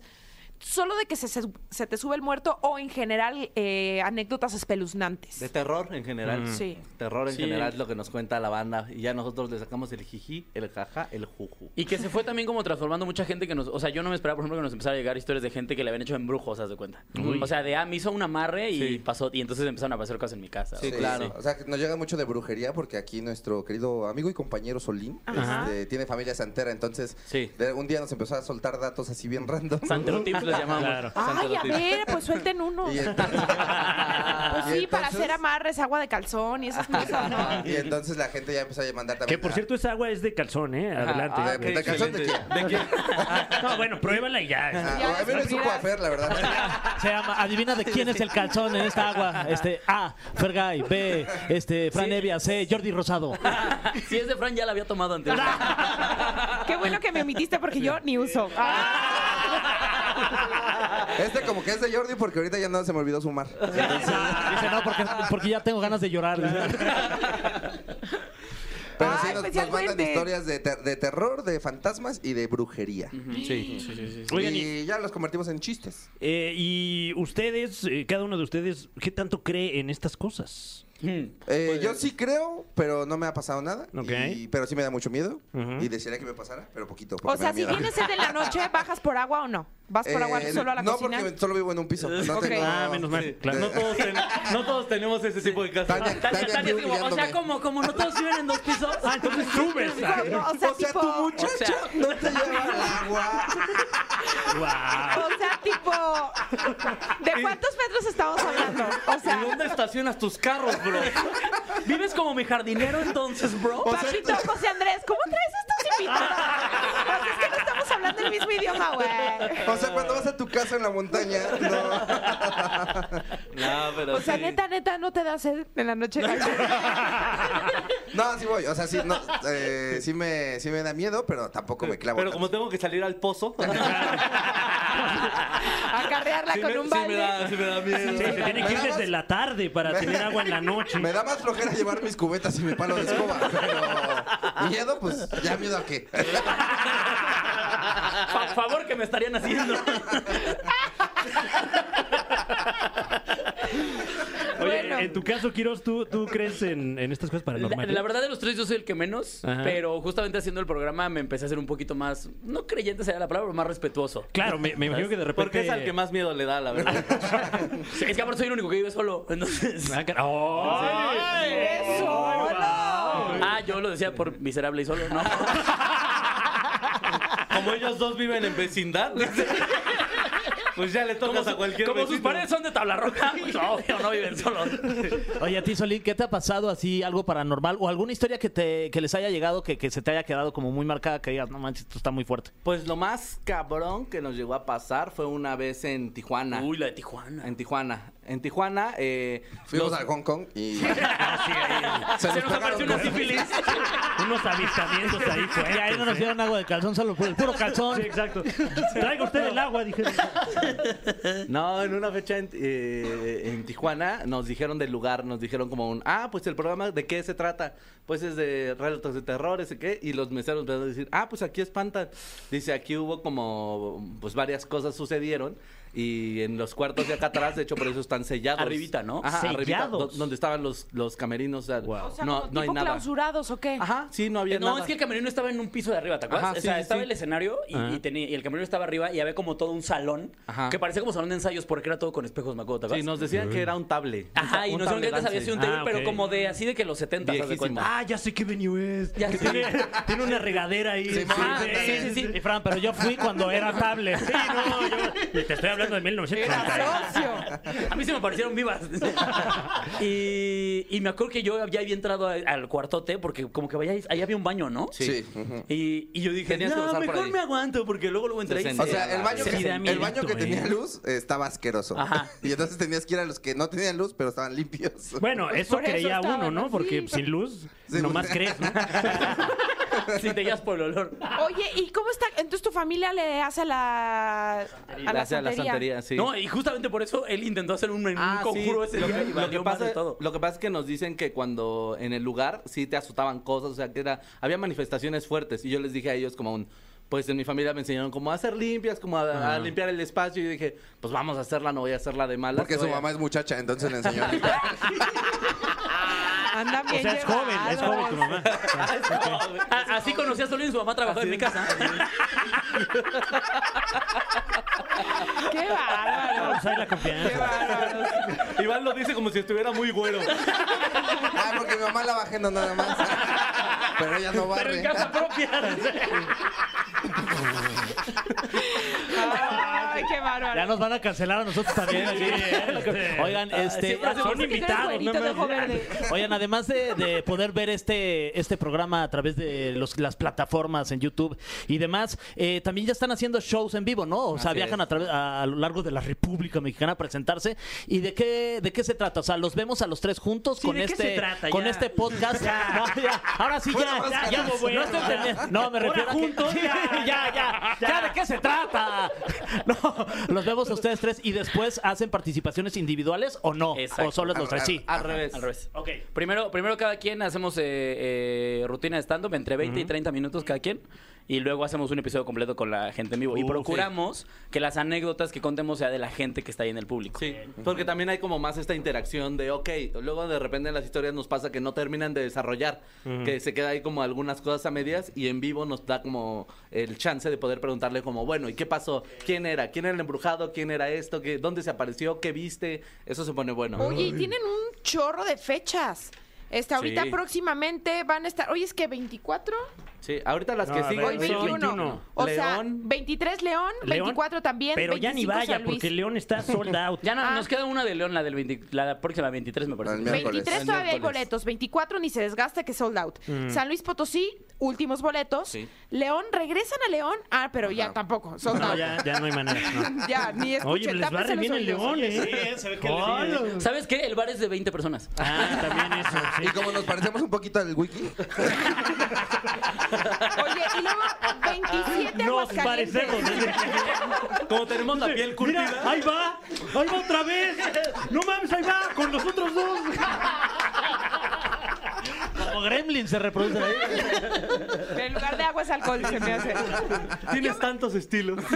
B: solo de que se, se- se te sube el muerto o en general eh, anécdotas espeluznantes.
H: De terror en general.
C: Mm.
F: mm.
B: Sí.
H: Terror en
G: Sí.
H: general es lo que nos cuenta la banda. Y ya nosotros le sacamos el jiji, el jaja, el juju.
G: Y que se fue también como transformando mucha gente que nos... O sea, yo no me esperaba, por ejemplo, que nos empezara a llegar historias de gente que le habían hecho embrujos, haz de cuenta. O sea, de, ah, me hizo un amarre y
H: Sí.
G: pasó... Y entonces empezaron a pasar cosas en mi casa.
F: Sí,
G: O sea,
F: claro. O sea, que nos llega mucho de brujería porque aquí nuestro querido amigo y compañero Solín
B: Ajá.
F: este, tiene familia santera. Entonces,
G: Sí.
F: de- un día nos empezó a soltar datos así bien random.
G: Santerotips los llamamos.
C: Claro.
B: Ay, a
G: Santerotips.
B: ver, pues suelten uno.
F: Y
B: Pues
F: entonces,
B: sí,
F: y
B: para
F: entonces-
B: hacer amarres, agua de calzón y esas cosas, ¿no?
F: Y entonces la gente ya empezó a mandar también.
C: Que por
F: a-
C: cierto, esa agua es de calzón, ¿eh? Adelante.
F: Ah, ok. ¿De calzón de
G: Excelente.
F: quién?
G: ¿De quién?
C: No, bueno, pruébala y ya.
F: Ah,
B: Ya
F: a mí me
B: descubrirás.
F: supo a Fer, la verdad.
D: Se llama, adivina de quién es el calzón en esta agua. Este, A, Fergay, B, este, Fran Evia, C, Jordi Rosado.
G: si es de Fran, ya la había tomado antes.
B: Qué bueno que me omitiste porque yo ni uso. Ah.
F: Este como que es de Jordi porque ahorita ya no se me olvidó sumar.
D: Dice, no, porque, porque ya tengo ganas de llorar.
F: Pero sí,
B: Ay,
F: nos, nos
B: especialmente.
F: mandan historias de, ter- de terror, de fantasmas y de brujería.
G: Sí, sí, sí. sí, sí.
C: Oigan, y-
F: y ya los convertimos en chistes.
C: Eh, y ustedes, eh, cada uno de ustedes, ¿qué tanto cree en estas cosas?
G: Hmm.
F: Eh, yo sí creo, pero no me ha pasado nada.
C: Ok.
F: Y- pero sí me da mucho miedo.
C: Ujú.
F: Y desearía que me pasara, pero poquito. porque
B: O
F: me
B: sea,
F: da
B: si
F: miedo.
B: tienes sed en la noche, ¿bajas por agua o no? ¿Vas por agua
F: Eh,
B: solo a la
F: no,
B: cocina?
F: porque solo vivo en un piso. pues, No
B: Ok.
F: tengo...
C: Ah, menos mal. Claro.
H: No todos, ten- no todos tenemos ese tipo de casa.
F: Tania,
G: Tania,
F: Tania,
G: Tania,
F: tú
G: es como, o sea,
F: humillándome.
G: como, como no todos viven en dos pisos. Ah, entonces subes.
B: No, o sea,
F: O sea,
B: tipo,
F: tu muchacha
G: O sea-
F: no te lleva al agua.
C: ¡Guau!
B: o sea, tipo, ¿de cuántos metros estamos hablando? O
H: ¿En
B: sea,
H: dónde estacionas tus carros, bro?
G: ¿Vives como mi jardinero entonces, bro?
B: papito José Andrés, ¿cómo traes a estos invitados? O sea, es que no estamos hablando el mismo idioma, güey.
F: O sea, cuando vas a tu casa en la montaña, no.
H: No, pero
B: O sea,
H: sí.
B: neta, neta, ¿no te da sed en la noche?
F: No, sí voy. O sea, sí, no, eh, sí, me, sí me da miedo, pero tampoco me clavo.
H: Pero
F: tanto.
H: como tengo que salir al pozo,
B: Acarrearla
H: sí,
B: con
H: me,
B: un
H: sí me
B: balde.
H: da, sí me da miedo.
C: Sí, se tiene que ir desde la tarde para tener agua en la noche.
F: Me da más flojera llevar mis cubetas y mi palo de escoba. Pero miedo, pues ya miedo a qué.
G: Fa- favor que me estarían haciendo.
C: Oye,
B: Bueno.
C: en tu caso, Quiroz, ¿tú, tú crees en, en estas cosas
G: La,
C: paranormales?
G: la verdad de los tres yo soy el que menos,
C: Ajá.
G: pero justamente haciendo el programa me empecé a ser un poquito más, no creyente sería la palabra, pero más respetuoso.
C: Claro, me, me imagino que de repente...
H: Porque es al que más miedo le da, la verdad.
G: Sí, Es que aparte soy el único que vive solo, entonces...
C: Ah, car- ¡Ay!
B: ¡Vive solo!
G: Ah, yo lo decía por miserable y solo, ¿no?
H: Como ellos dos viven en vecindad, pues ya le
G: Como,
H: tocas a
G: su-
H: cualquier
G: como sus
H: vecino.
G: paredes son de tabla roja, pues obvio, no viven solos.
D: Oye, a ti, Solín, ¿qué te ha pasado así, algo paranormal o alguna historia que, te, que les haya llegado que, que se te haya quedado como muy marcada que digas, no manches, esto está muy fuerte?
H: Pues lo más cabrón que nos llegó a pasar fue una vez en Tijuana.
G: Uy, la de Tijuana.
H: En Tijuana. En Tijuana, eh,
F: Fuimos
H: los-
F: a Hong Kong y
G: Se, nos
F: pegaron
G: apareció una
F: dos.
G: sífilis.
C: Unos avistamientos ahí fuertes.
D: Y ahí no nos
C: ¿eh?
D: dieron agua de calzón solo por el puro calzón.
C: Sí, exacto. Traiga usted el agua, dije.
H: No, en una fecha en, eh, en Tijuana nos dijeron del lugar, nos dijeron como un, ah, pues el programa, ¿de qué se trata? Pues es de relatos de terrores y qué, y los meseros empezaron a decir, ah, pues aquí espantan. Dice, aquí hubo como, pues varias cosas sucedieron, y en los cuartos de acá atrás, de hecho, por eso están sellados.
G: Arribita, ¿no?
H: Ajá, arribita,
C: Sellados.
H: do- donde estaban los, los camerinos, o sea,
C: Wow.
B: O sea,
H: no,
B: como
H: no hay
B: tipo
H: nada.
B: clausurados o qué?
H: Ajá, sí, no había
G: Eh, no,
H: nada.
G: es que el camerino estaba en un piso de arriba, ¿te acuerdas?
H: Ajá,
G: o sea,
H: sí, sí,
G: estaba
H: sí.
G: el escenario y,
C: Ajá.
G: y tenía, y el camerino estaba arriba y había como todo un salón
H: Ajá.
G: que parecía como salón de ensayos porque era todo con espejos, me acuerdo,
H: Sí,
G: ¿te acuerdas?
H: nos decían que era un table.
G: Ajá, y
H: Un
G: nos dijeron que
H: table
G: antes había
H: dance.
G: sido un table,
C: Ah, ok.
G: pero como de así de que los 70, ¿te das
H: Viejísimo.
G: cuenta?
C: Ah, ya sé qué venue es.
G: Ya
C: Que
G: sé.
C: Tiene, tiene una regadera ahí.
F: Sí,
G: Ajá,
F: sí,
G: sí, sí, sí.
D: Y Fran, pero yo fui cuando era table.
C: Sí, no, yo te estoy hablando de 1990.
G: A mí se me parecieron vivas. y, y me acuerdo que yo ya había entrado a- al cuartote porque como que vaya, ahí había un baño, ¿no?
F: Sí. ujú.
G: Y, y yo dije,
H: Tenías que
G: no,
H: pasar por
G: mejor
H: ahí".
G: me aguanto porque luego luego entré y...
H: Sí,
F: O sea, el baño,
G: sí,
F: que,
G: da
F: el baño
C: miedito,
F: que tenía
C: eh.
F: luz eh, estaba asqueroso.
G: Ajá.
F: Y entonces tenías que ir a los que no tenían luz, pero estaban limpios.
C: Bueno, eso
B: Por eso
C: creía
B: estaban
C: uno, ¿no?
B: así.
C: Porque sin luz
F: Sí,
C: nomás
F: pues.
C: crees, ¿no?
G: Si te guías por el olor.
B: Oye, ¿y cómo está? Entonces tu familia le hace a la. A
H: Le
B: la
H: hacía la
B: santería.
H: santería, sí.
G: No, y justamente por eso él intentó hacer un, un
H: Ah, sí.
G: conjuro ese
H: lo
G: día
H: que,
G: y
H: lo
G: valió
H: que pasa,
G: madre todo.
H: lo que pasa es que nos dicen que cuando en el lugar sí te asustaban cosas, o sea, que era, había manifestaciones fuertes. Y yo les dije a ellos como un... Pues en mi familia me enseñaron como a hacer limpias, como a, a limpiar el espacio. Y yo dije, pues vamos a hacerla, no voy a hacerla de malas.
F: Porque su
H: voy a-
F: mamá es muchacha, entonces le enseñó a limpiar.
B: Andan
C: O
B: bien
C: sea, es joven, es
B: llevados.
C: joven tu mamá.
G: A- Así conocí a Solín, su mamá trabajaba en mi casa.
B: Qué bárbaro.
C: Vamos a ver la confianza.
H: Iván lo dice como si estuviera muy güero.
F: Ah, porque mi mamá la va no nada más. Pero ella no
G: Pero
F: barre.
G: en casa propia.
B: Ay, qué bárbaro.
D: Ya nos van a cancelar a nosotros también.
C: Sí, sí.
D: Oigan, este,
B: Siempre hacemos que
D: son
B: tú eres
D: invitados,
B: güerito
D: no me-
B: de ojo verde.
D: Oigan, además de, de poder ver este, este programa a través de los- las plataformas en YouTube y demás, eh, también ya están haciendo shows en vivo, ¿no? O sea,
H: Así
D: viajan a,
H: es.
D: través, a, a lo largo de la República Mexicana a presentarse. ¿Y de qué, de qué se trata? O sea, ¿los vemos a los tres juntos
C: Sí,
D: con,
C: ¿de qué
D: este,
C: se trata?
D: con
C: Ya.
D: este podcast? No, ya. Ahora sí,
F: Fuera más
D: ya, ya,
F: ganas.
D: no estoy entendiendo. No, me
C: Ahora
D: refiero a que-
C: juntos,
D: Sí,
C: ya,
D: ya, ya, ya, ¿de qué se trata? No, los vemos a ustedes tres y después hacen participaciones individuales o no.
G: Exacto.
D: O solo es los tres, sí.
G: Al revés. Al revés.
C: Ok.
G: Primero, primero cada quien hacemos eh, eh, rutina de stand-up entre 20 y 30 minutos cada quien. Y luego hacemos un episodio completo con la gente en vivo. y
H: Uh,
G: procuramos que las anécdotas que contemos sea de la gente que está ahí en el público.
H: Sí, porque también hay como más esta interacción de, ok, luego de repente en las historias nos pasa que no terminan de desarrollar, que se queda ahí como algunas cosas a medias y en vivo nos da como el chance de poder preguntarle como, bueno, ¿y qué pasó? ¿Quién era? ¿Quién era el embrujado? ¿Quién era esto? ¿Qué, ¿Dónde se apareció? ¿Qué viste? Eso se pone bueno.
B: Oye, y tienen un chorro de fechas. Este, ahorita
H: Sí.
B: próximamente van a estar. Oye, es que 24.
H: Sí, ahorita las
C: No,
H: que
C: a
H: siguen
C: ver,
B: Hoy
H: son
B: 21.
C: 21.
B: O sea,
H: León.
B: 23 León,
C: León.
B: 24 también.
C: Pero ya ni
B: 25
C: vaya,
B: San Luis.
C: porque León está sold out.
G: Ya no-
B: Ah.
G: nos queda una de León, la del 20 la próxima 23 me parece.
F: El miércoles.
B: 23 todavía hay
G: Miércoles.
B: boletos, 24 ni se desgasta que sold out. San Luis Potosí, últimos boletos.
H: Sí.
B: León, regresan a León. Ah, pero ya tampoco, sold
C: No,
B: out.
C: ya, ya no hay manera. no.
B: Ya, ni escuchen,
C: Oye, les va
B: tápense
C: re
B: los
C: bien el
B: oídos.
C: León, ¿eh?
D: se ve
C: Hola.
G: ¿Sabes qué? El bar es de 20 personas.
C: Ah, también eso, sí.
F: Y como nos parecemos un poquito al wiki,
B: Oye, y luego 27
C: Nos
B: Aguascalientes.
C: parecemos.
H: Como tenemos la piel curtida.
C: Mira, ahí va, ahí va otra vez. No mames, ahí va, con los otros dos.
D: Como Gremlin se reproduce ahí.
B: En lugar de agua es alcohol, se me hace.
H: Tienes tantos estilos.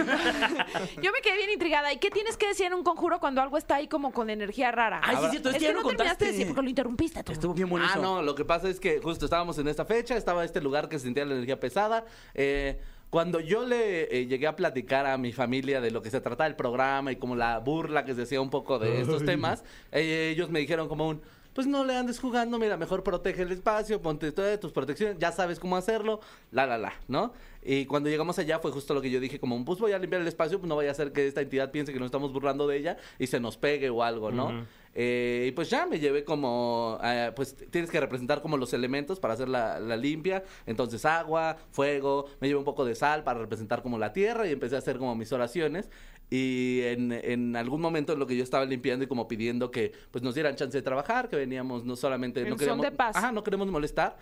B: Yo me quedé bien intrigada. ¿Y qué tienes que decir en un conjuro cuando algo está ahí como con energía rara?
G: Ay, sí, es cierto, es
B: es
G: que ya
B: que
G: lo
B: no terminaste de
G: contaste.
B: decir porque lo interrumpiste tú.
G: Estuvo bien bueno
H: ah,
G: eso.
H: no, lo que pasa es que justo estábamos en esta fecha, estaba este lugar que se sentía la energía pesada. Eh, cuando yo le eh, llegué a platicar a mi familia de lo que se trataba el programa y como la burla que se hacía un poco de estos temas, eh, ellos me dijeron como un... Pues no le andes jugando, mira, mejor protege el espacio, ponte todas tus protecciones, ya sabes cómo hacerlo, la, la, la, ¿no? Y cuando llegamos allá fue justo lo que yo dije, como un pues voy a limpiar el espacio, pues no vaya a ser que esta entidad piense que nos estamos burlando de ella y se nos pegue o algo, ¿no? Eh, y pues ya me llevé como, eh, pues tienes que representar como los elementos para hacer la, la limpia. Entonces agua, fuego, me llevé un poco de sal para representar como la tierra y empecé a hacer como mis oraciones. Y en, en algún momento en lo que yo estaba limpiando y como pidiendo que pues nos dieran chance de trabajar, que veníamos no solamente...
B: En
H: no
B: son de paz.
H: Ajá, no queremos molestar.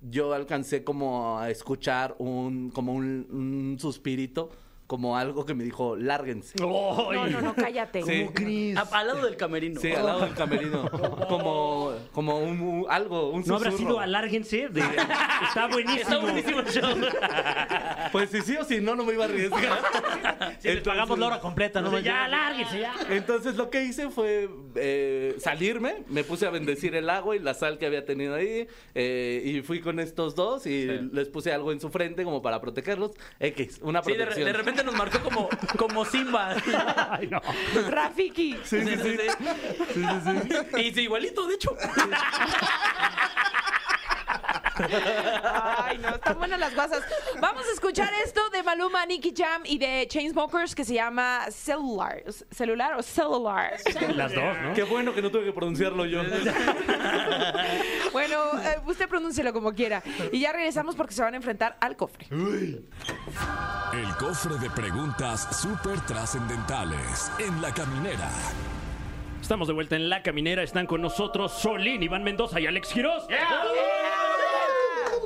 H: Yo alcancé como a escuchar un, como un, un suspirito, como algo que me dijo, lárguense.
B: No, no, no, cállate.
H: Sí.
G: A- al lado del camerino.
H: Sí, al lado del camerino. Como, como un, un- algo, un
C: No habrá
H: susurro.
C: sido alárguense. de- Está buenísimo.
G: Está buenísimo el show.
H: Pues si sí o si no, no me iba a arriesgar.
D: Si les pagamos la hora completa, ¿no?
C: Pues Ya, alárguense, ya.
H: Entonces lo que hice fue eh, salirme, me puse a bendecir el agua y la sal que había tenido ahí eh, y fui con estos dos y les puse algo en su frente como para protegerlos. X, una
G: Sí, de, re-
H: protección.
G: de repente nos marcó como, como Simba.
C: Ay, no.
B: Rafiki.
G: Sí, sí, sí. Y sí, igualito, de hecho.
B: Ay, no, están buenas las guasas. Vamos a escuchar esto de Maluma, Nicky Jam y de Chainsmokers que se llama Cellular. ¿Celular o Cellular?
C: Las dos, ¿no?
H: Qué bueno que no tuve que pronunciarlo yo.
B: Bueno, eh, usted pronúncielo como quiera. Y ya regresamos porque se van a enfrentar al cofre.
A: El cofre de preguntas súper trascendentales en la caminera.
C: Estamos de vuelta en La Caminera. Están con nosotros Solín, Iván Mendoza y Alex Quiroz. ¡Oh!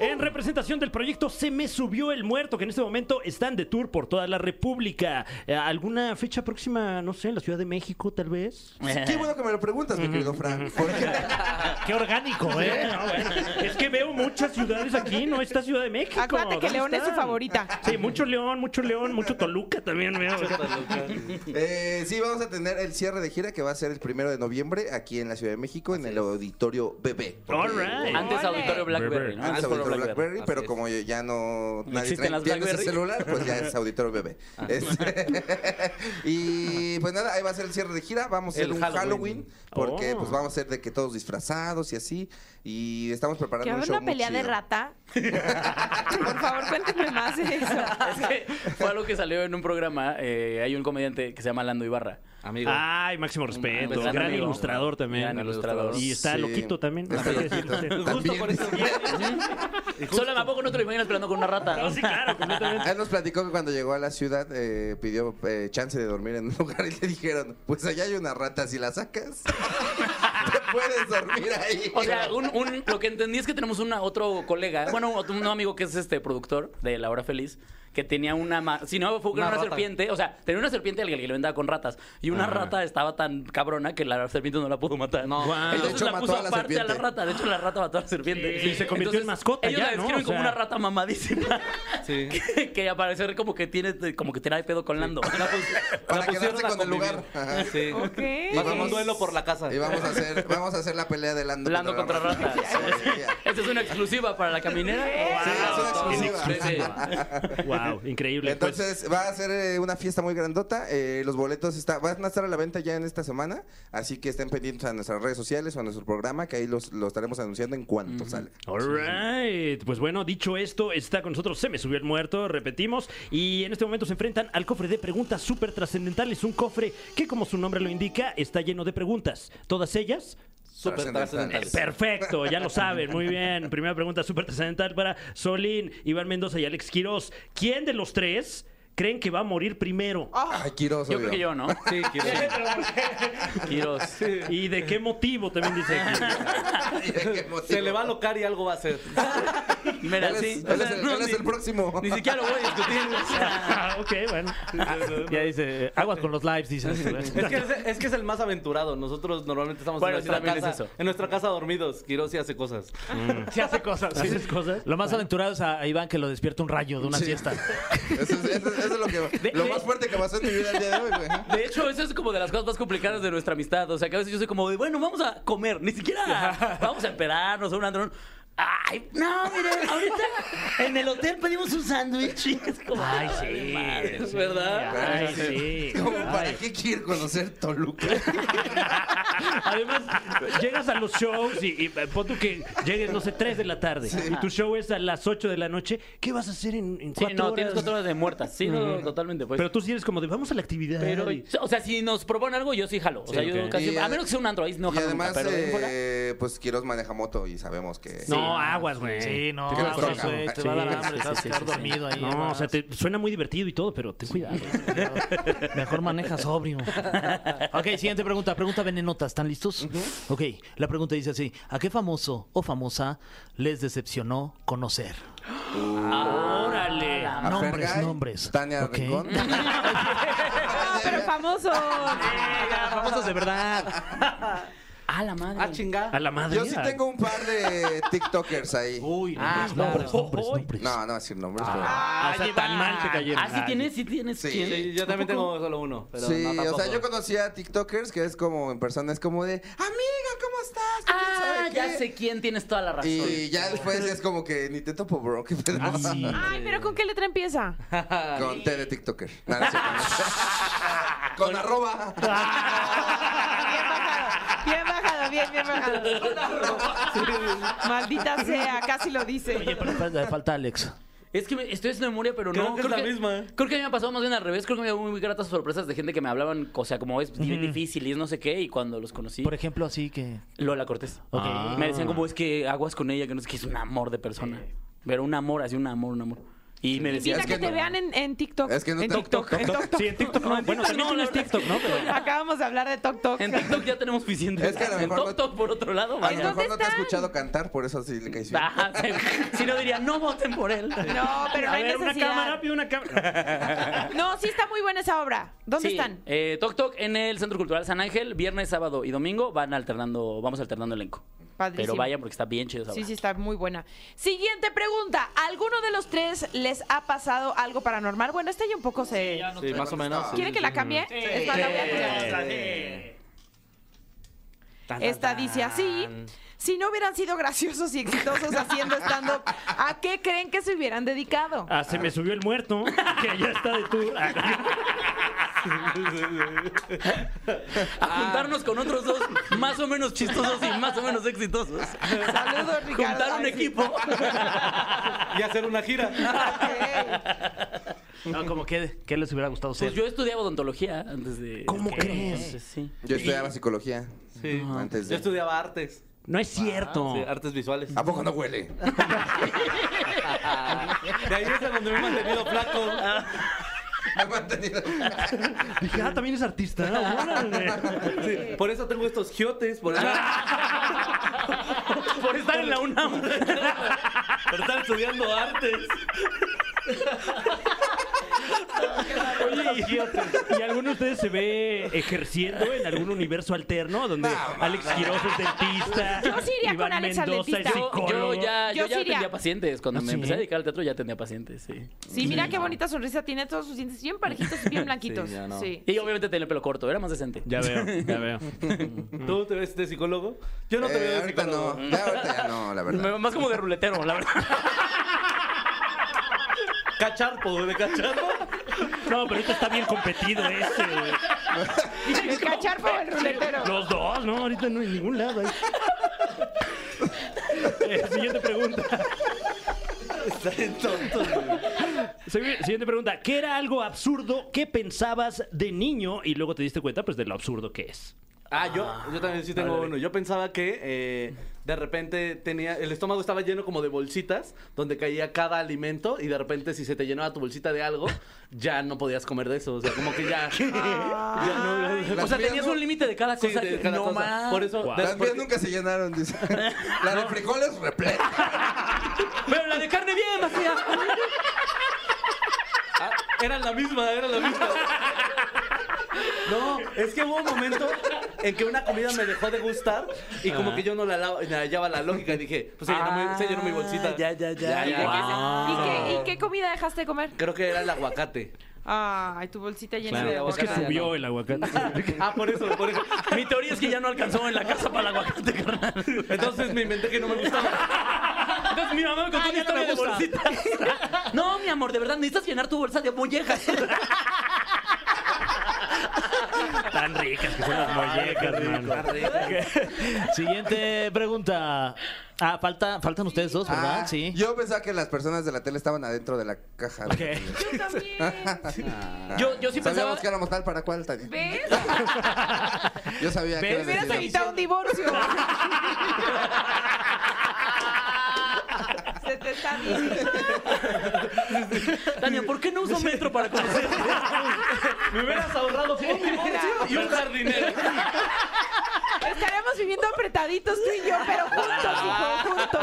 C: En representación del proyecto Se Me Subió el Muerto, que en este momento están de tour por toda la República. Eh, ¿Alguna fecha próxima, no sé, en la Ciudad de México, tal vez?
F: Qué bueno que me lo preguntas, mi querido Fran. Porque
D: Qué orgánico, ¿eh?
C: Es que veo muchas ciudades aquí, no esta Ciudad de México.
B: Acuérdate que
C: ¿Dónde
B: León es su
C: están?
B: favorita.
C: Sí, mucho León, mucho León, mucho Toluca también veo.
F: eh, sí, vamos a tener el cierre de gira que va a ser el primero de noviembre aquí en la Ciudad de México, en el auditorio Bebé. Porque-
C: All right.
G: Antes
B: Ole.
G: Auditorio Blackberry, ¿no?
F: Antes auditorio
G: Auditorio
F: BlackBerry,
G: Así
F: pero
G: es.
F: como ya no nadie
G: existen
F: trae
G: las
F: tiene ese
G: BlackBerry.
F: celular, pues ya es auditorio bebé.
G: Ah.
F: Este, y pues nada, ahí va a ser el cierre de gira, vamos a hacer
H: El
F: un
H: Halloween.
F: Halloween, porque
C: Oh.
F: pues vamos a hacer de que todos disfrazados y así y estamos preparando
B: ¿Que va a
F: un
B: haber
F: show
B: una pelea
F: muy
B: de
F: chido.
B: rata? Por favor, cuéntenme más de eso.
G: Es que fue algo que salió en un programa. eh, hay un comediante que se llama Lando Ibarra.
H: Amigo.
C: Ay, máximo respeto.
G: gran
C: Gran,
G: amigo.
C: ilustrador también.
G: Gran ilustrador.
C: Y está
F: Sí.
C: loquito también.
F: Está
C: Así que-
F: loquito.
H: Justo
F: También.
H: por eso.
G: Solo ¿a poco no te lo imaginas esperando con una rata?
C: No, Oh, sí, claro, completamente.
F: Él Ah, nos platicó que cuando llegó a la ciudad eh, pidió eh, chance de dormir en un lugar y le dijeron, pues allá hay una rata, si la sacas, te puedes dormir ahí.
G: O sea, un, un- lo que entendí es que tenemos una, otro colega, bueno, otro- un amigo que es este productor de La Hora Feliz, que tenía una, ma- si no, fue con
H: Una
G: una,
H: rata.
G: serpiente, o sea, tenía una serpiente al que le vendaba con ratas, y una rata estaba tan cabrona que la serpiente no la pudo matar.
H: No. Wow.
G: Entonces
F: De hecho,
G: la
F: mató
G: puso
F: a la
G: aparte a la
F: serpiente.
G: rata, de hecho la rata mató a la serpiente.
C: Sí, y se convirtió en mascota
G: Ellos
C: ya,
G: la
C: ¿no?
G: describen
C: O
G: como
C: sea-
G: una rata mamadísima,
H: Sí.
G: que, que al parecer como que tiene, como que tiene pedo con Lando.
H: La pus-
F: Para
H: la pusieron
F: quedarse
H: a
F: con el
H: convivir.
F: lugar. Ajá.
H: Sí.
B: Ok.
F: Y
H: Va a ser un
F: vamos-
H: duelo por la casa.
F: Y vamos a hacer, vamos a hacer la pelea de Lando,
G: Lando contra
F: la
G: rata.
F: Sí, ya.
G: Esta es una exclusiva para la caminera.
F: Sí,
G: Wow.
F: es una
G: Exclusiva.
F: exclusiva.
C: Wow, increíble. pues.
F: Entonces va a ser eh, una fiesta muy grandota. eh, los boletos está, van a estar a la venta ya en esta semana, así que estén pendientes a nuestras redes sociales o a nuestro programa, que ahí los, los estaremos anunciando en cuanto sale.
C: Pues, all right. Pues bueno, dicho esto, está con nosotros Se Me Subió el Muerto, repetimos. Y en este momento se enfrentan al cofre de preguntas súper trascendentales. Un cofre que, como su nombre lo indica, está lleno de preguntas. Todas ellas
H: Súper trascendentales.
C: Perfecto, ya lo saben, muy bien. Primera pregunta súper trascendental para Solín, Iván Mendoza y Alex Quirós. ¿Quién de los tres creen que va a morir primero?
F: Ay, Quiroz,
G: Yo
F: obvio.
G: creo que yo, ¿no?
H: Sí, quiero.
G: Quiroz.
C: ¿Y de qué motivo? También dice aquí.
F: Ay, qué motivo.
H: Se le va a locar y algo va a hacer.
G: Mira,
F: Él es, él
G: sí. O
F: es
G: sea,
F: el,
G: no,
F: él es
G: ni-
F: el próximo.
G: Ni siquiera lo voy a discutir. o sea.
C: Ah, ok, bueno.
D: Ya dice, eh, aguas con los lives, dice.
H: Es que es, es que es el más aventurado. Nosotros normalmente estamos
G: Bueno,
H: en
G: sí,
H: nuestra
G: también
H: casa.
G: es eso.
H: En nuestra casa dormidos. Quiroz sí hace cosas.
D: Se hace cosas.
C: Haces cosas.
D: Lo más aventurado es a a Iván que lo despierta un rayo de una
F: Sí.
D: siesta.
F: Eso es, eso es- eso es lo, que, lo
G: de-
F: más fuerte que pasó en mi vida el día de hoy, güey.
G: De hecho, eso es como de las cosas más complicadas de nuestra amistad. O sea, que a veces yo soy como de, bueno, vamos a comer. Ni siquiera vamos a esperarnos a un andrón. Ay, no, mire, ahorita en el hotel pedimos un sándwich. y es como,
C: Ay,
G: de
C: sí.
G: madre,
C: sí,
G: ¿verdad?
C: Ay, sí.
F: Como,
C: Ay.
F: ¿Para qué quiere conocer Toluca?
C: Además, llegas a los shows y, y pon tú que llegues, no sé, 3 de la tarde y tu show es a las 8 de la noche. ¿Qué vas a hacer en, en
G: Sí,
C: cuatro
G: no,
C: horas?
G: tienes cuatro horas de muertas. Sí, no, totalmente. Pues.
C: Pero tú sí eres como de, vamos a la actividad.
G: Pero,
C: y-
G: o sea, si nos proponen algo, yo sí jalo. O sea,
C: Sí,
G: yo
C: ok.
G: casi,
F: Y
G: a
F: ade-
G: menos que sea un android, no
F: y
G: jalo nunca,
F: además,
G: pero de ahí en fuera-
F: eh, pues Quiroz maneja moto y sabemos que...
C: No, aguas, güey.
D: Sí, no,
F: Qué
D: aguas,
F: cosa,
D: güey,
F: ¿no?
D: te va a dar
C: Sí,
D: hambre,
C: sí,
D: te vas a
C: sí,
D: quedar
C: sí, sí.
D: dormido ahí.
C: No, o sea, te- suena muy divertido y todo, pero ten cuidado.
D: Mejor maneja sobrio. ok, siguiente pregunta. Pregunta venenota. ¿Están listos? Ok, la pregunta dice así. ¿A qué famoso o famosa les decepcionó conocer?
G: Ah,
C: órale.
F: A
D: nombres,
F: Fergay,
D: nombres.
F: Tania
D: Ok.
F: Rincón.
B: Ah, pero famoso.
D: famosos de verdad.
G: Ah, la madre.
H: Ah, chinga.
C: A la madre.
F: Yo sí tengo un par de TikTokers ahí.
D: Uy,
G: Ah,
D: nombres,
G: claro.
D: nombres, nombres,
G: Uy.
D: nombres.
F: No, no voy a decir nombres, pero...
C: Ah, o sea, tan mal te cayeron.
G: Ah, sí
C: Ay.
G: tienes, sí tienes.
F: Sí.
G: ¿Quién?
H: Sí, yo también
G: ¿A poco?
H: tengo solo uno. Pero
F: sí,
H: no,
F: o sea,
H: tampoco.
F: yo conocía a TikTokers que es como en persona, es como de, amiga, ¿cómo estás? ¿Quién
G: Ah,
F: sabe qué?"
G: ya sé quién, tienes toda la razón.
F: Y ya después es como que ni te topo, bro. ¿qué pedo?
B: Ay, pero ¿con qué letra empieza?
F: Con T de TikToker. Nada, no es cierto. Con arroba.
B: Bien bajado, bien bajado, bien, bien bajado. Maldita sea, casi lo dice.
D: Oye, pero falta, falta Alex.
G: Es que me- estoy haciendo memoria, pero
H: Creo
G: no.
H: que es la misma.
G: Creo que a mí me ha pasado más bien al revés. Creo que me dio muy, muy gratas sorpresas de gente que me hablaban, o sea, como es bien difícil y es no sé qué. Y cuando los conocí,
D: Por ejemplo, así que...
G: Lola Cortés.
D: Ok.
C: Ah.
G: Me decían como es que aguas con ella, que no sé qué, es un amor de persona. Pero un amor, así un amor, un amor. Y me
B: Invita
G: decían.
F: es
B: que,
F: que
B: te
F: no.
B: vean en, en TikTok.
F: Es que no
B: en
F: te-
B: TikTok. en TikTok.
C: Sí, en TikTok no. Bueno, también tienes TikTok, ¿no? Pero-
B: Acabamos de hablar de TikTok.
G: En TikTok ya tenemos suficiente.
F: Es que a lo
G: en
F: mejor no-
G: TikTok, por otro
F: A
G: lado,
F: lo
G: vaya.
F: mejor no te ha
B: están?
F: escuchado cantar, por eso así le caes bien.
G: Ah, sí. si no diría, no voten por él.
B: No, pero
C: A
B: no hay
C: ver, una
B: necesidad.
C: cámara, pide una cámara.
B: No, sí está muy buena esa obra. ¿Dónde
G: Sí,
B: están?
G: eh, Toc Toc en el Centro Cultural San Ángel, viernes, sábado y domingo van alternando, vamos alternando elenco.
B: Padrísimo.
G: Pero vayan porque está bien chido esa
B: Sí,
G: obra.
B: sí, está muy buena. Siguiente pregunta. ¿Alguno de los tres les ha pasado algo paranormal? Bueno, este ya un poco se...
H: Sí, más o menos. sí.
B: ¿Quieren que la cambie? Es más, la voy a
F: Eh,
B: cambiar. Esta dice así. Si no hubieran sido graciosos y exitosos haciendo stand-up, ¿a qué creen que se hubieran dedicado?
C: Ah, se me subió el muerto, que ya está de tour.
G: A juntarnos con otros dos más o menos chistosos y más o menos exitosos.
B: Saludos, Ricardo.
G: Juntar un
B: Ay,
G: equipo.
H: Y hacer una gira.
B: ok.
D: No, como que, ¿qué les hubiera gustado ser?
G: Pues yo estudiaba odontología antes de...
D: ¿Cómo
G: Ok.
D: crees?
G: Entonces, sí.
F: Yo estudiaba psicología.
H: Sí.
F: Antes
H: Yo
F: de... Ah.
H: estudiaba artes.
C: No es cierto.
H: Sí, artes visuales.
F: ¿A poco no huele?
H: De ahí es de donde me he mantenido flaco.
F: Me he mantenido-
C: Dije, ah, también es artista. Órale.
H: Sí, Por eso tengo estos giotes. Por, eso-
G: Por estar en la UNAM.
H: por estar estudiando artes.
C: Oye, y, y alguno de ustedes se ve ejerciendo en algún universo alterno donde Alex Quiroz es dentista.
B: Yo sí iría
C: Iván
B: con Alex al
C: Mendoza es
B: dentista.
G: Yo, yo
C: psicólogo.
G: ya, yo
B: Yo
G: ya
B: sí iría.
G: atendía pacientes. Cuando
C: ¿Ah,
G: me
C: sí?
G: empecé a dedicar al teatro ya atendía pacientes, sí.
B: Sí, mira qué bonita sonrisa tiene. Todos sus dientes bien parejitos y bien blanquitos.
H: Sí, ya no.
B: Sí.
G: Y obviamente tenía el pelo corto, era más decente.
C: Ya veo, ya veo.
H: Mm. ¿Tú te ves de psicólogo? Yo no te
F: Eh,
H: veo de
F: ahorita
H: psicólogo.
F: no. Ya, ahorita ya no, la verdad.
G: Me- Más como de ruletero, la verdad.
H: Cacharpo, de cacharpo.
C: No, pero ahorita está bien competido ese.
B: El cacharpo o el ruletero.
C: Los dos, ¿no? Ahorita no en ningún lado. hay. Eh, siguiente pregunta.
H: Está bien tonto.
C: Sigui- Siguiente pregunta. ¿Qué era algo absurdo que pensabas de niño y luego te diste cuenta pues de lo absurdo que es?
H: Ah, yo, yo también sí tengo uno. Yo pensaba que eh, de repente tenía. El estómago estaba lleno como de bolsitas donde caía cada alimento y de repente si se te llenaba tu bolsita de algo, ya no podías comer de eso. O sea, como que ya. ya no-
F: Las
G: o sea,
F: mías
G: tenías
F: no-
G: un límite de cada
H: Sí,
G: cosa.
H: de
G: que-
H: cada
G: no
H: cosa.
G: más.
H: Por eso.
C: Wow.
H: de-
F: Las mías
H: porque-
F: nunca se llenaron, dice. La de frijoles repleta.
G: Pero la de carne bien vacía.
H: Ah, era la misma, era la misma. No, es que hubo un momento en que una comida me dejó de gustar y como que yo no la, la- le hallaba la lógica y dije, pues se llenó, mi, se llenó mi
B: Ah,
H: bolsita.
G: ya, ya, ya.
B: ¿Y de qué se-
C: Wow.
B: ¿Y, qué, y qué comida dejaste de comer?
H: Creo que era el aguacate.
B: Ay, tu bolsita llena de
H: Claro. Es
C: Es que
B: aguacate.
C: subió el aguacate.
H: Ah, por eso, por eso.
G: Mi teoría es que ya no alcanzó en la casa para el aguacate, carnal.
H: Entonces me inventé que no me gustaba.
G: mi mamá me contó una historia de bolsitas. No, mi amor, de verdad, necesitas llenar tu bolsa de mollejas.
C: Tan ricas que son las mollejas, hermano.
D: Siguiente pregunta. Ah, falta, faltan ustedes dos, ¿verdad?
F: Ah,
D: sí.
F: Yo pensaba que las personas de la tele estaban adentro de la caja. de la
D: Ok.
F: tele.
B: Yo también.
G: Yo, yo sí pensaba.
F: Ah. Sabíamos que éramos tal para cual, Tania.
B: ¿Ves?
F: Yo sabía que
D: ¿Ves?
F: era
B: Hubieras
F: decisión.
B: evitado un divorcio. Se te está diciendo.
G: Tania, ¿por qué no uso metro para conocer? Me hubieras ahorrado un divorcio y un jardinero.
B: Estaremos viviendo apretaditos tú y yo, pero juntos, hijo, juntos.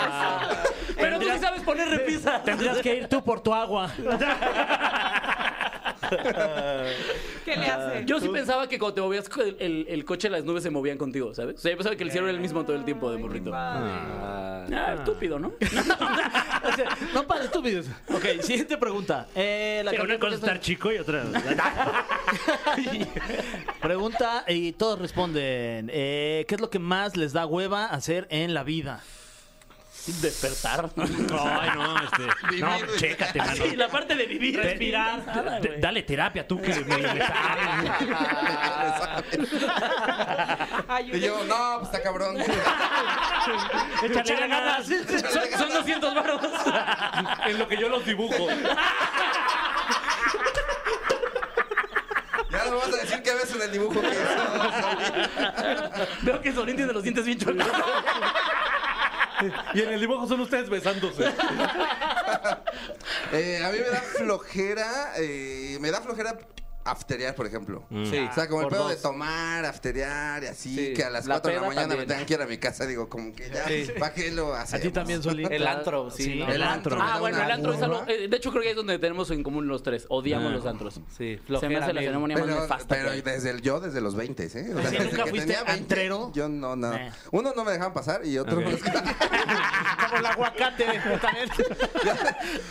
G: Pero tú sí sabes poner repisa.
D: Tendrías que ir tú por tu agua.
B: ¿Qué le hace?
G: Yo sí pensaba que cuando te movías co- el, el- el coche, las nubes se movían contigo, ¿sabes? O sea, yo pensaba que el cielo era el mismo todo el tiempo de morrito. Ah, estúpido, ¿no?
D: O sea, no para estúpidos. Ok, siguiente pregunta. Eh, la
C: Pero
D: que-
C: una cosa es estar chico y otra.
D: Pregunta y todos responden. eh, ¿Qué es lo que más les da hueva hacer en la vida?
G: Despertar.
C: Ay, no, este. No,
F: Vivir.
C: chécate, mano.
G: Sí, la parte de vivir, respirar.
C: Te- Dale terapia tú que me, me sabes.
F: Y yo, no, pues está cabrón.
C: Échale ganas.
G: Son, son 200 baros. en lo que yo los dibujo.
F: Ya no vamos a decir qué ves en el dibujo que es.
G: Veo que Solín tiene los dientes bien chulos.
H: Y en el dibujo son ustedes besándose.
F: Eh, a mí me da flojera, eh, me da flojera afterear, por ejemplo.
H: Sí.
F: O sea, como el
H: Por
F: pedo de
H: dos.
F: tomar, afterear y así,
H: Sí,
F: que a las
H: la
F: 4 de la
H: peda
F: mañana me
H: también.
F: tengan que ir a mi casa, digo, como que ya,
H: Sí.
F: ¿para qué lo hacemos?
D: Solita.
H: El antro, sí.
D: Sí,
H: ¿no?
F: El antro. me
G: Ah,
F: da
G: bueno,
F: una
G: el antro es algo.
F: hueva.
G: eh, De hecho, creo que ahí es donde tenemos en común los tres. Odiamos los antros.
H: Sí,
G: Se me
H: flojera,
G: hace la
H: mil.
G: ceremonia más
F: Pero,
G: nefasta.
F: pero
G: que hay.
F: desde el yo, desde los 20, ¿eh? O sea,
D: ¿Sí
F: desde
D: nunca fuiste antrero?
F: Yo no, no.
D: Eh.
F: Uno no me dejaban pasar y otro me
D: Como el aguacate. también.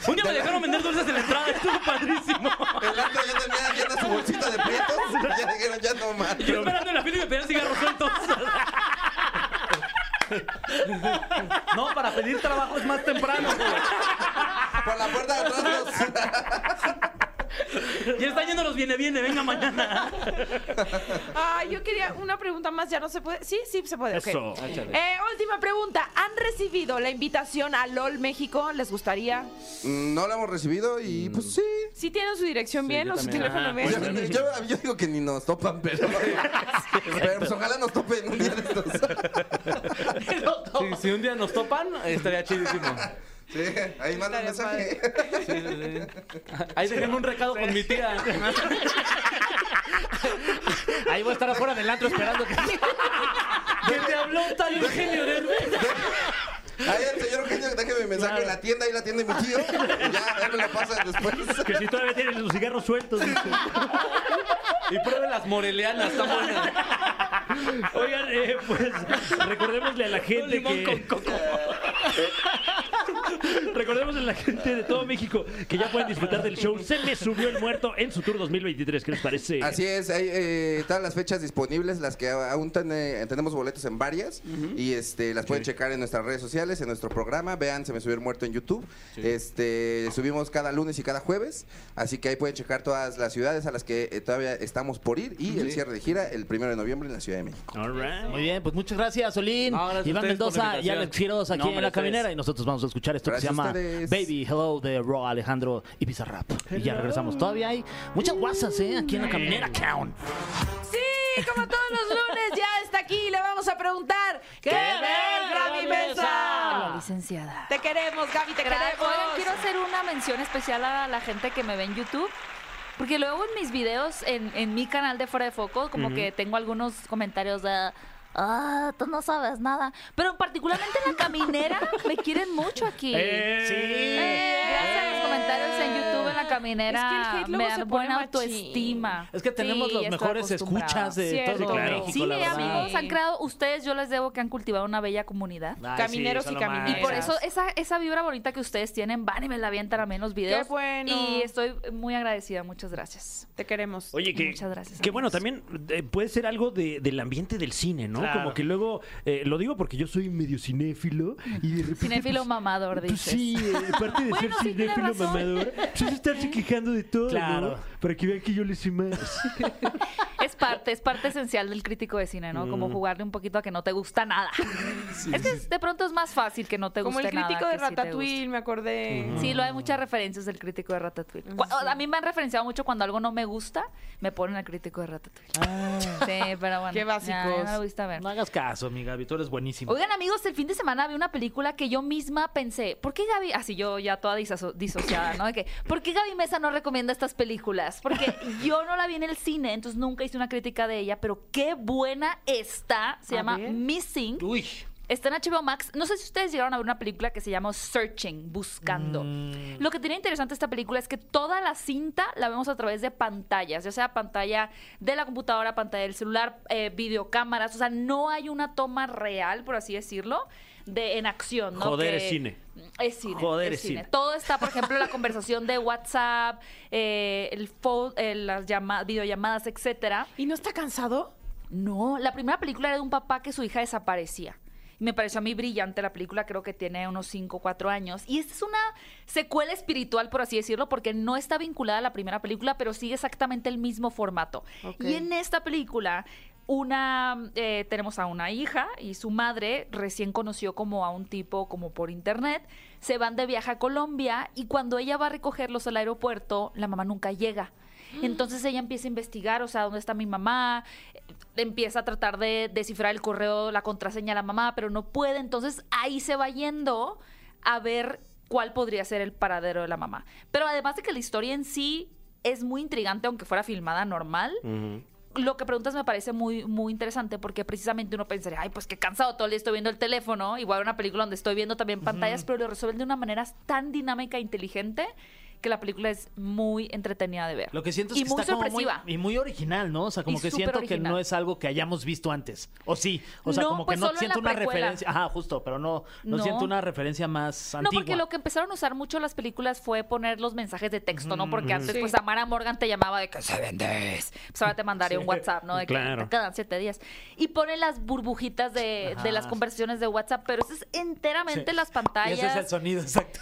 G: Un día me dejaron vender dulces en la entrada. Estuvo padrísimo.
F: El antro ya tenía llena su bolsita de prietos. Ya dijeron, ya no más.
G: Yo esperando en la fila y me pedían cigarros sueltos.
H: No, para pedir trabajo es más temprano.
F: Por la puerta de atrás los-
G: Y están yendo los viene, viene, venga mañana.
B: Ah, yo quería una pregunta más, ya no se puede. Sí, sí se puede. ok.
C: Eso.
B: Eh, última pregunta. ¿Han recibido la invitación a LOL México? ¿Les gustaría?
F: Mm, No lo hemos recibido y pues sí.
B: Si tienen su dirección bien o su
D: Ah,
B: teléfono bien.
D: pues,
F: Yo, yo- yo digo que ni nos topan, pero. pero pues, ojalá nos topen un día de estos.
H: Sí, si un día nos topan, estaría chidísimo.
F: Sí, ahí manda un mensaje.
H: Ahí déjenme un recado con mi tía.
D: Ahí voy a estar afuera del antro esperando que.
G: Que te habló tal Eugenio Derbez.
F: Ahí el señor Eugenio que deje mi mensaje en la tienda, ahí la tienda de mi tío. Y ya, él me lo pasa después.
C: Que si todavía tienes los cigarros sueltos. dice.
H: Y pruebe las morelianas, están buenas.
C: Oigan, eh, pues recordémosle a la
G: Un
C: gente
G: limón
C: que...
G: con coco.
C: Recordemos a la gente de todo México que ya pueden disfrutar del show Se me subió el muerto en su tour 2023. ¿Qué les parece?
F: Así es, hay, eh, están las fechas disponibles, las que aún tene- tenemos boletos en varias y este las pueden checar en nuestras redes sociales, en nuestro programa, vean Se me subió el muerto en YouTube. Este subimos cada lunes y cada jueves, así que ahí pueden checar todas las ciudades a las que eh, todavía estamos por ir y el cierre de gira el primero de noviembre en la Ciudad de México.
C: All right.
D: Muy bien, pues muchas gracias, Solín.
H: No, gracias a
D: Iván
H: ustedes por
D: Mendoza
H: la
D: y
H: invitación.
D: Alex Quiroz aquí
G: No,
D: en
G: hombre,
D: la
G: ustedes.
D: caminera. Y nosotros vamos a escuchar esto que se
F: Gracias a
D: llama
F: ustedes.
D: Baby Hello de Raw Alejandro y Pizarrap. Y ya regresamos. Todavía hay muchas guasas, ¿eh? Aquí en la caminera, Town.
B: Sí, como todos los lunes, ya está aquí. Le vamos a preguntar: ¿Qué ver, Gaby
I: La
B: Mesa?
I: licenciada.
B: Te queremos, Gaby, te
I: Gra-
B: queremos.
I: Oigan, quiero hacer una mención especial a la gente que me ve en YouTube. Porque luego en mis videos, en, en mi canal de Fuera de Foco, como que tengo algunos comentarios de... Ah, tú no sabes nada. Pero particularmente en la caminera me quieren mucho aquí.
C: Eh,
I: Gracias a los comentarios en YouTube en la
G: caminera
B: Es que el hate luego
G: me
B: se
G: da
B: pone
G: buena
B: machín.
G: autoestima.
D: Es que tenemos
G: Sí,
D: los
G: estoy
D: mejores
G: acostumbrada.
D: escuchas de
B: Cierto.
D: todo
B: Sí, claro.
D: México,
G: Sí,
D: la verdad.
G: amigos,
B: Sí.
G: han creado, ustedes yo les debo que han cultivado una bella comunidad.
D: Ay,
B: Camineros
D: son
B: y
D: lo más.
B: camineras.
G: Y por eso esa, esa vibra bonita que ustedes tienen, van y me la avientan a menos videos.
B: Qué bueno.
G: Y estoy muy agradecida, muchas gracias.
B: Te queremos.
C: Oye, que,
G: Muchas gracias,
C: que
G: amigos.
C: bueno, también eh, puede ser algo de- del ambiente del cine, ¿no?
D: Claro.
C: Como que luego, eh, lo digo porque yo soy medio cinéfilo y de repente...
G: Cinéfilo
C: pues,
G: mamador,
C: pues,
G: dices.
C: sí, eh, parte de
G: Bueno,
C: ser
G: sí, tiene
C: cinéfilo
G: razón.
C: mamador, pues es estarse quejando de todo,
D: Claro.
C: ¿no? Para que vean que yo les sé más.
G: Es parte, es parte esencial del crítico de cine, ¿no? Como jugarle un poquito a que no te gusta nada. es que de pronto es más fácil que no te
B: Como
G: guste
B: el crítico
G: nada
B: de
G: que sí te
B: Ratatouille,
G: guste.
B: me acordé.
G: Sí, lo hay muchas referencias del crítico de Ratatouille. Cu- A mí me han referenciado mucho cuando algo no me gusta, me ponen al crítico de Ratatouille. Sí, pero bueno.
B: Ah. Qué
G: ya,
B: básicos.
G: ya lo viste a ver.
D: No hagas caso, mi Gaby, tú eres buenísimo.
G: Oigan, amigos, el fin de semana vi una película que yo misma pensé, ¿por qué Gaby? Así yo ya toda disaso- disociada, ¿no? De que, ¿Por qué Gaby Mesa no recomienda estas películas? Porque yo no la vi en el cine, entonces nunca hice una crítica de ella, pero qué buena está. Se
B: A
G: llama
B: ver.
G: Missing.
D: Uy.
G: Está en HBO Max. No sé si ustedes llegaron a ver una película que se llama Searching, Buscando. Lo que tiene interesante esta película es que toda la cinta la vemos a través de pantallas, ya sea pantalla de la computadora, pantalla del celular, eh, videocámaras. O sea, no hay una toma real, por así decirlo, de en acción. ¿no?
C: Joder,
G: Que-
C: es cine.
G: Es cine.
C: Joder,
G: es
C: es
G: cine.
C: cine.
G: Todo está, por ejemplo, la conversación de WhatsApp, eh, el fo- eh, las llama- videollamadas, etcétera.
B: ¿Y no está cansado?
G: No, la primera película era de un papá que su hija desaparecía. Y Me pareció a mí brillante la película, creo que tiene unos 5 o 4 años. Y esta es una secuela espiritual, por así decirlo, porque no está vinculada a la primera película, pero sigue exactamente el mismo formato.
B: Ok.
G: Y en esta película, una eh, tenemos a una hija y su madre recién conoció como a un tipo como por internet. Se van de viaje a Colombia y cuando ella va a recogerlos al aeropuerto, la mamá nunca llega. Entonces ella empieza a investigar, o sea, ¿dónde está mi mamá? Eh, Empieza a tratar de descifrar el correo, la contraseña de la mamá, pero no puede. Entonces ahí se va yendo a ver cuál podría ser el paradero de la mamá. Pero además de que la historia en sí es muy intrigante, aunque fuera filmada normal, lo que preguntas me parece muy, muy interesante porque precisamente uno pensaría, ay, pues qué cansado, todo el día estoy viendo el teléfono, igual una película donde estoy viendo también pantallas, pero lo resuelven de una manera tan dinámica e inteligente que la película es muy entretenida de ver.
D: Lo que siento es
G: y
D: que
G: muy
D: está como
G: sorpresiva.
D: muy, y muy original, ¿no? O sea, como
G: Y
D: que siento
G: súper
D: que
G: original.
D: no es algo que hayamos visto antes. O sí, o sea,
G: No,
D: como
G: pues
D: que no
G: solo en
D: siento
G: la
D: una
G: precuela.
D: referencia, ajá, justo, pero no, no,
G: No.
D: siento una referencia más
G: No,
D: antigua.
G: porque lo que empezaron a usar mucho las películas fue poner los mensajes de texto, ¿no? Porque antes, pues, Amara Morgan te llamaba de que se vendes. Pues ahora te mandaré un WhatsApp, ¿no? De que
C: Claro.
G: te quedan siete días. Y pone las burbujitas de, de las
D: Ajá.
G: conversaciones de WhatsApp, pero eso es enteramente las
D: Y
G: pantallas.
D: ese es el sonido, exacto.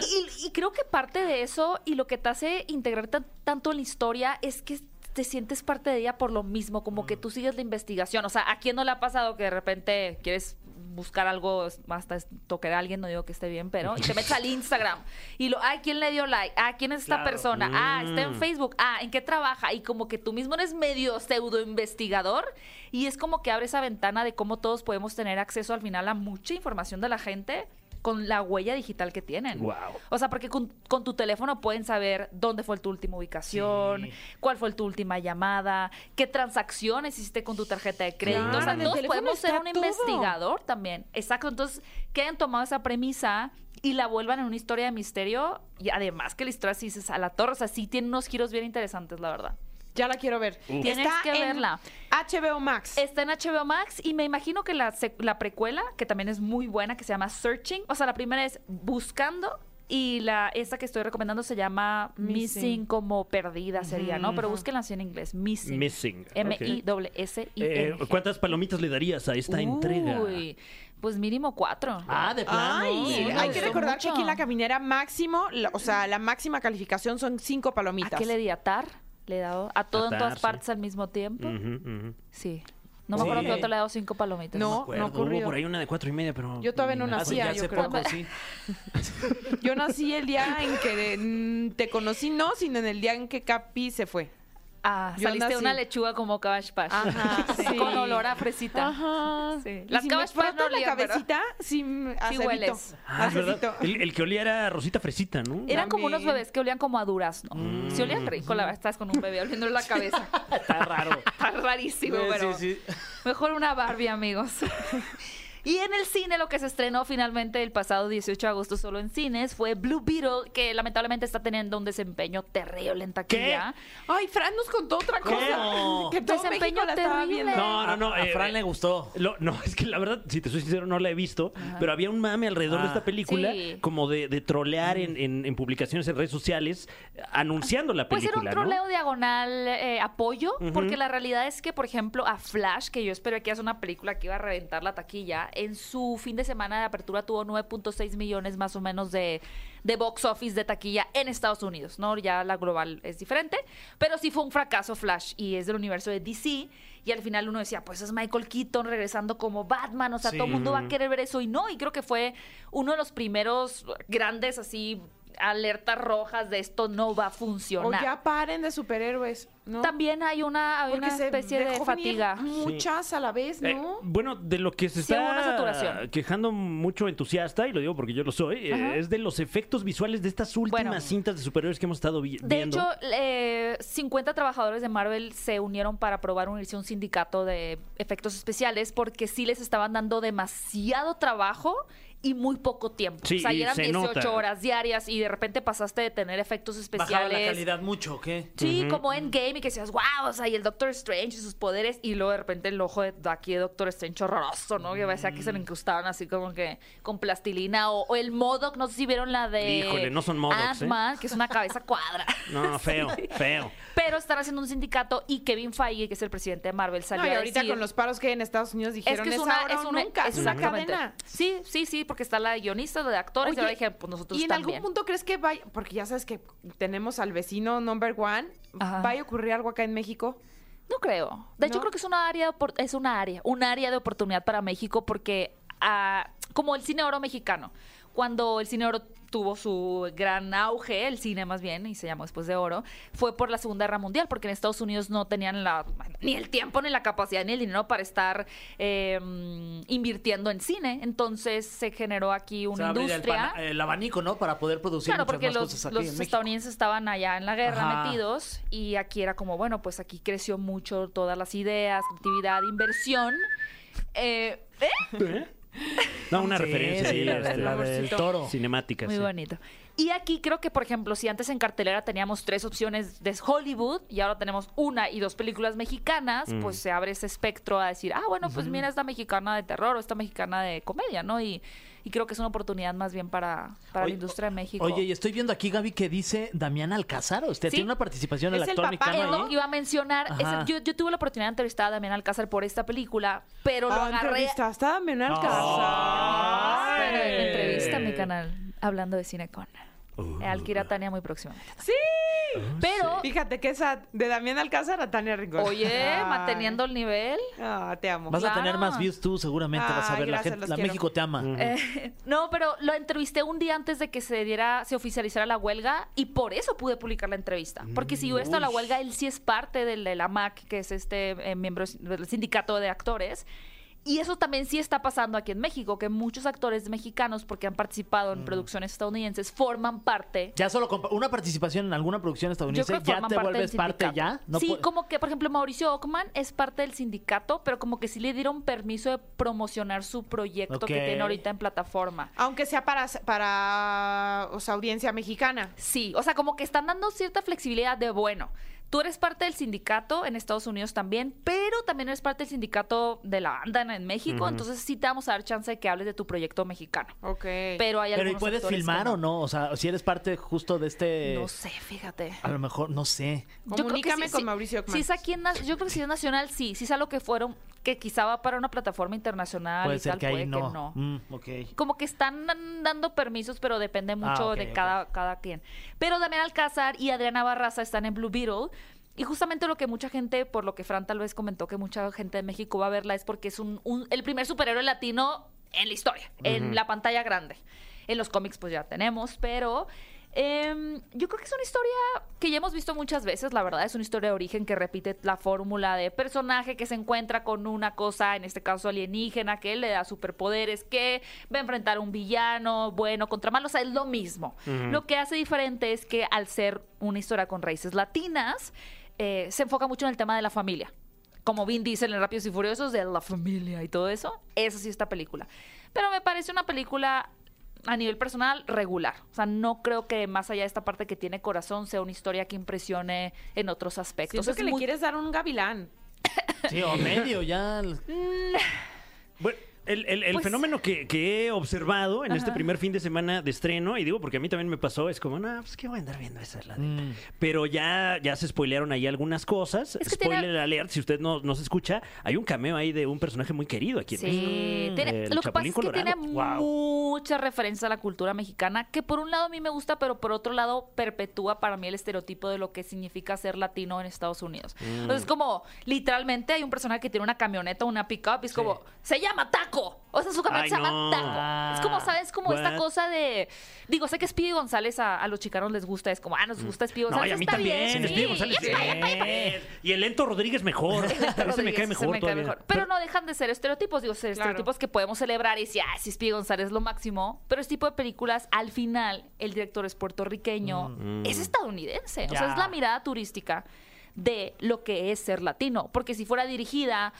G: Y, y creo que parte de eso y lo que te hace integrarte tanto en la historia es que te sientes parte de ella por lo mismo, como que tú sigues la investigación. O sea, ¿a quién no le ha pasado que de repente quieres buscar algo, hasta tocar a alguien, no digo que esté bien, pero y te metes al Instagram y lo, ay, ¿quién le dio like? Ah, ¿quién es esta
D: Claro.
G: persona? Ah, está en
C: Mm.
G: Facebook. Ah, ¿en qué trabaja? Y como que tú mismo eres medio pseudo investigador y es como que abre esa ventana de cómo todos podemos tener acceso al final a mucha información de la gente con la huella digital que tienen.
C: Guau.
G: O sea, porque con, con tu teléfono pueden saber dónde fue tu última ubicación,
D: Sí.
G: cuál fue tu última llamada, qué transacciones hiciste con tu tarjeta de crédito.
B: Claro,
G: o sea,
B: en el
G: todos
B: teléfono
G: podemos ser
B: está
G: un
B: todo.
G: investigador también. Exacto. Entonces, que hayan tomado esa premisa y la vuelvan en una historia de misterio. Y además que la historia sí se a la torre. O sea, sí tiene unos giros bien interesantes, la verdad.
B: Ya la quiero ver.
G: Tienes que
B: en
G: verla.
B: HBO Max.
G: Está en HBO Max y me imagino que la, sec- la precuela, que también es muy buena, que se llama Searching. O sea, la primera es Buscando y la esta que estoy recomendando se llama Missing,
B: Missing.
G: como perdida sería,
D: Mm.
G: ¿no? Pero búsquenla así en inglés. Missing.
C: Missing, ok.
G: m i w s i
C: Eh,
G: n
C: ¿Cuántas palomitas le darías a esta entrega?
G: Uy, pues mínimo cuatro.
D: Ah, de plano.
B: Ay,
G: Sí, me
B: hay que
G: gustó
B: recordar que
G: mucho.
B: aquí en la caminera máximo, la- o sea, la máxima calificación son cinco
G: ¿A
B: palomitas.
G: qué le di atar? Le he dado Ah, a todo en
C: Atar,
G: todas
C: sí.
G: partes al mismo tiempo.
C: Ujú, ujú.
G: Sí. No me acuerdo
D: Sí.
G: que otro le he dado cinco palomitas.
B: No, no,
D: acuerdo.
B: ha
C: Hubo
B: ocurrido.
C: por ahí una de cuatro y media, pero...
B: Yo todavía no
C: ni me
B: nací.
D: Hace,
C: acuerdo.
B: hacía, yo
D: ya hace
B: creo.
D: poco, Ah, sí.
B: Yo nací el día en que mm, te conocí, no, sino en el día en que Capi se fue.
G: Ah,
B: Yo
G: saliste
B: nací-
G: una lechuga como Cabash Pash.
B: Ajá, sí.
G: Con olor a fresita.
B: Ajá.
G: Sí.
B: Las
G: Las
B: si me
G: cabas fueron
B: froto la
G: oliendo, ¿verdad?
B: cabecita, sí, a
G: Sí
B: cebito.
G: hueles.
C: Ah,
B: A
C: es verdad.
B: cebito.
C: El, el que olía era Rosita Fresita, ¿no? Mm.
G: Eran como unos
B: También.
G: bebés que olían como a durazno. Mm. Si olían rico, la verdad, estás con un bebé oliéndole la cabeza.
D: Está raro.
G: Está rarísimo,
D: Sí,
G: pero
D: sí, sí.
G: mejor una Barbie, amigos. Y en el cine lo que se estrenó finalmente el pasado 18 de agosto solo en cines fue Blue Beetle, que lamentablemente está teniendo un desempeño terrible en taquilla.
B: Ay, Fran nos contó otra cosa.
C: ¿Cómo?
B: Que todo
G: Desempeño
B: México la estaba
G: terrible.
B: viendo.
C: No, no, no.
D: a
C: eh,
D: Fran
C: eh,
D: le gustó.
C: lo- no, es que la verdad, si te soy sincero, no la he visto, pero había un mame alrededor de
D: Ah.
C: esta película
G: Sí.
C: como de, de trolear en, en- en publicaciones en redes sociales eh, anunciando la
G: Pues
C: película.
G: era un
C: ¿no?
G: troleo diagonal eh, apoyo,
C: Ujú.
G: porque la realidad es que, por ejemplo, a Flash, que yo espero que haga una película que iba a reventar la taquilla, en su fin de semana de apertura tuvo 9.6 millones más o menos de, de box office de taquilla en Estados Unidos, ¿no? Ya la global es diferente, pero sí fue un fracaso Flash y es del universo de DC. Y al final uno decía, pues es Michael Keaton regresando como Batman, o sea,
D: Sí.
G: todo el mundo va a querer ver eso y no, y creo que fue uno de los primeros grandes así alertas rojas de esto no va a
B: O
G: funcionar.
B: ya paren de superhéroes, ¿no?
G: También hay una, hay
B: Porque
G: una
B: se
G: especie de
B: dejó venir
G: fatiga.
B: Muchas a la vez,
C: Eh,
B: ¿no?
C: bueno, de lo que se
G: Sí, hubo una
C: está
G: saturación.
C: quejando mucho entusiasta, y lo digo porque yo lo soy, eh,
G: Ajá.
C: es de los efectos visuales de estas últimas
G: Bueno.
C: cintas de superhéroes que hemos estado vi-
G: De
C: viendo.
G: hecho, eh, 50 trabajadores de Marvel se unieron para probar unirse a un sindicato de efectos especiales porque sí les estaban dando demasiado trabajo y muy poco tiempo.
C: Sí,
G: o sea,
C: y
G: y eran
C: se
G: 18
C: nota.
G: horas diarias y de repente pasaste de tener efectos
D: Bajaba
G: especiales.
D: la calidad mucho, ¿o ¿qué?
G: Sí, como Endgame y que decías, wow, o sea, y el Doctor Strange y sus poderes, y luego de repente el ojo de, de aquí de Doctor Strange horroroso, ¿no? Que parecía que se lo
C: Mm.
G: incrustaban así como que con plastilina, o, o el Modoc, no sé si vieron la de.
C: Híjole, no son Modocs, ¿eh?
G: Ant-Man, que es una cabeza cuadra.
C: No, feo, feo.
G: Pero están haciendo un sindicato y Kevin Feige, que es el presidente de Marvel, salió
B: No, y
G: a
B: ahorita
G: decir-
B: con los paros que hay en Estados Unidos dijeron, es, ahora o nunca, es una
G: exactamente.
B: cadena.
G: Sí, sí, sí, porque está la de guionistas, la de
B: Ah.
G: actores, y
B: Oye,
G: ahora dije, pues nosotros
B: Y en
G: también.
B: algún punto crees que vaya, porque ya sabes que tenemos al vecino number one,
G: Ajá.
B: vaya a ocurrir algo acá en México.
G: No creo. De hecho,
B: ¿No?
G: creo que es una área, de opor- es una área, un área de oportunidad para México porque ah, como el cine oro mexicano, cuando el cine oro tuvo su gran auge, el cine más bien, y se llamó después de oro, fue por la Segunda Guerra Mundial, porque en Estados Unidos no tenían la, ni el tiempo, ni la capacidad, ni el dinero para estar eh, invirtiendo en cine. Entonces se generó aquí
D: O
G: una
D: sea, abrir el,
G: industria.
D: pana- el abanico, ¿no? Para poder producir
G: Claro,
D: muchas
G: porque
D: más
G: los,
D: cosas aquí
G: los
D: en México.
G: estadounidenses estaban allá en la guerra
D: Ajá.
G: metidos y aquí era como, bueno, pues aquí creció mucho todas las ideas, creatividad, inversión. Eh, ¿eh?
C: No, una
D: Sí,
C: referencia
D: sí,
C: ahí,
D: la, de-
C: este,
D: la del toro.
C: cinemática.
G: Muy
C: sí.
G: bonito. Y aquí creo que, por ejemplo, si antes en cartelera teníamos tres opciones de Hollywood y ahora tenemos una y dos películas mexicanas, pues se abre ese espectro a decir, ah, bueno, pues mira esta mexicana de terror o esta mexicana de comedia, ¿no? Y, y creo que es una oportunidad más bien para, para
D: Oye,
G: la industria de México.
D: Oye, y estoy viendo aquí, Gaby, que dice Damián Alcázar. Usted
G: Sí.
D: tiene una participación del
B: Es el
D: actor
B: papá,
G: Es lo
D: mexicano
G: que
D: ahí.
G: iba a mencionar. Es-
D: ¿eh? Ajá.
G: yo, yo tuve la oportunidad de entrevistar a Damián Alcázar por esta película, pero lo
B: Ah,
G: agarré.
B: entrevistaste a Damián Alcázar.
G: Bueno, entrevista a mi canal hablando de cine con Alquira Tania muy próximamente.
D: Ah,
B: Sí.
G: Pero,
B: Oh. Fíjate que esa de Damián Alcázar a Tania Rincón.
G: oye,
B: Ay.
G: manteniendo el nivel.
B: Ah, te amo.
D: Vas a tener
G: Claro.
D: más views tú, seguramente. vas a
B: Ay,
D: ver, la,
B: gracias,
D: gente,
B: los
D: la
B: quiero.
D: México te ama.
G: Eh, no, pero lo entrevisté un día antes de que se diera, se oficializara la huelga y por eso pude publicar la entrevista. Porque si hubiera estado
D: Mm,
G: la huelga, él sí es parte del, del AMAC, que es este eh, miembro del sindicato de actores. Y eso también sí está pasando aquí en México, que muchos actores mexicanos, porque han participado en producciones estadounidenses, forman parte.
D: Mm. Ya solo con una participación en alguna producción
G: Yo
D: estadounidense,
G: creo que
D: ya
G: forman
D: te
G: parte del
D: vuelves parte
G: sindicato.
D: ya. No
G: sí,
D: pu-
G: como que, por ejemplo, Mauricio Ockman es parte del sindicato, pero como que sí le dieron permiso de promocionar su proyecto
D: Ok.
G: que tiene ahorita en plataforma.
B: Aunque sea para, para o sea, audiencia mexicana.
G: Sí, o sea, como que están dando cierta flexibilidad de, bueno, tú eres parte del sindicato en Estados Unidos también, pero también eres parte del sindicato de la banda en- en México, entonces sí te vamos a dar chance de que hables de tu proyecto mexicano.
B: Ok.
G: Pero
D: Pero
G: hay
D: ¿y
G: algunos
D: puedes
G: actores que
D: filmar o no? O sea, si eres parte justo de este...
G: No sé, fíjate.
D: A lo mejor, no sé.
B: Comunícame
G: sí,
B: con
G: sí.
B: Mauricio Ockman.
G: Si es aquí en na- yo creo que si es nacional, sí. Si es algo que fueron, que quizá va para una plataforma internacional
D: Puede
G: y
D: ser
G: tal,
D: que
G: puede
D: ahí no.
G: que no.
D: Mm, ok.
G: Como que están dan- dando permisos, pero depende mucho
D: Ah, ok,
G: de
D: ok.
G: cada, cada quien. Pero Damián Alcázar y Adriana Barraza están en Blue Beetle. Y justamente lo que mucha gente, por lo que Fran tal vez comentó que mucha gente de México va a verla, es porque es un, un- el primer superhéroe latino en la historia, en la pantalla grande. En los cómics pues ya tenemos, pero em, yo creo que es una historia que ya hemos visto muchas veces, la verdad, es una historia de origen que repite la fórmula de personaje que se encuentra con una cosa, en este caso alienígena, que le da superpoderes, que va a enfrentar a un villano, bueno, contra malo, o sea, es lo mismo. Lo que hace diferente es que al ser una historia con raíces latinas, eh, se enfoca mucho en el tema de la familia como Vin Diesel en Rápidos y Furiosos, de la familia y todo eso. Esa sí es esta película. Pero me parece una película a nivel personal regular. O sea, no creo que más allá de esta parte que tiene corazón sea una historia que impresione en otros aspectos.
B: Siento
G: Es
B: que le
G: muy-
B: quieres dar un gavilán.
D: Sí, o medio ya.
C: Bueno, el, el- el
G: Pues-
C: fenómeno que, que he observado en este primer fin de semana de estreno, y digo porque a mí también me pasó, es como, nah, pues qué voy a andar viendo esa, la neta". Pero ya, ya se spoilearon ahí algunas cosas.
G: Es que
C: Spoiler
G: tiene-
C: alert, si usted no, no se escucha, hay un cameo ahí de un personaje muy querido aquí. en México.
G: Sí, tiene-
C: el
G: lo que pasa
C: Chapulín
G: es que tiene
C: Colorado.
G: muchas referencias a la cultura mexicana, que por un lado a mí me gusta, pero por otro lado perpetúa para mí el estereotipo de lo que significa ser latino en Estados Unidos.
C: Mm.
G: Entonces, como literalmente hay un personaje que tiene una camioneta, una pickup, y es como, se llama Taco. O sea, su camioneta
C: Ay,
G: se llama
C: no. Ah,
G: Taco. Es como, ¿sabes? Como esta
C: What?
G: cosa de. Digo, sé que Speedy González a, a los chicanos les gusta, es como, ah, nos gusta Speedy
C: Mm. No,
G: González.
C: y a mí
G: está
C: también.
G: bien,
C: Speedy
G: sí,
C: González,
G: es my- my- my-
C: sí. Y el Lento Rodríguez mejor. Ese me
G: Rodríguez,
C: cae
G: ese
C: mejor
G: me cae
C: todavía.
G: mejor. Pero no dejan de ser estereotipos, digo, ser
B: Claro.
G: estereotipos que podemos celebrar y decir, ah, sí, Speedy González es lo máximo. Pero este tipo de películas, al final, el director es puertorriqueño, es estadounidense. O sea,
D: Ya.
G: es la mirada turística de lo que es ser latino. Porque si fuera dirigida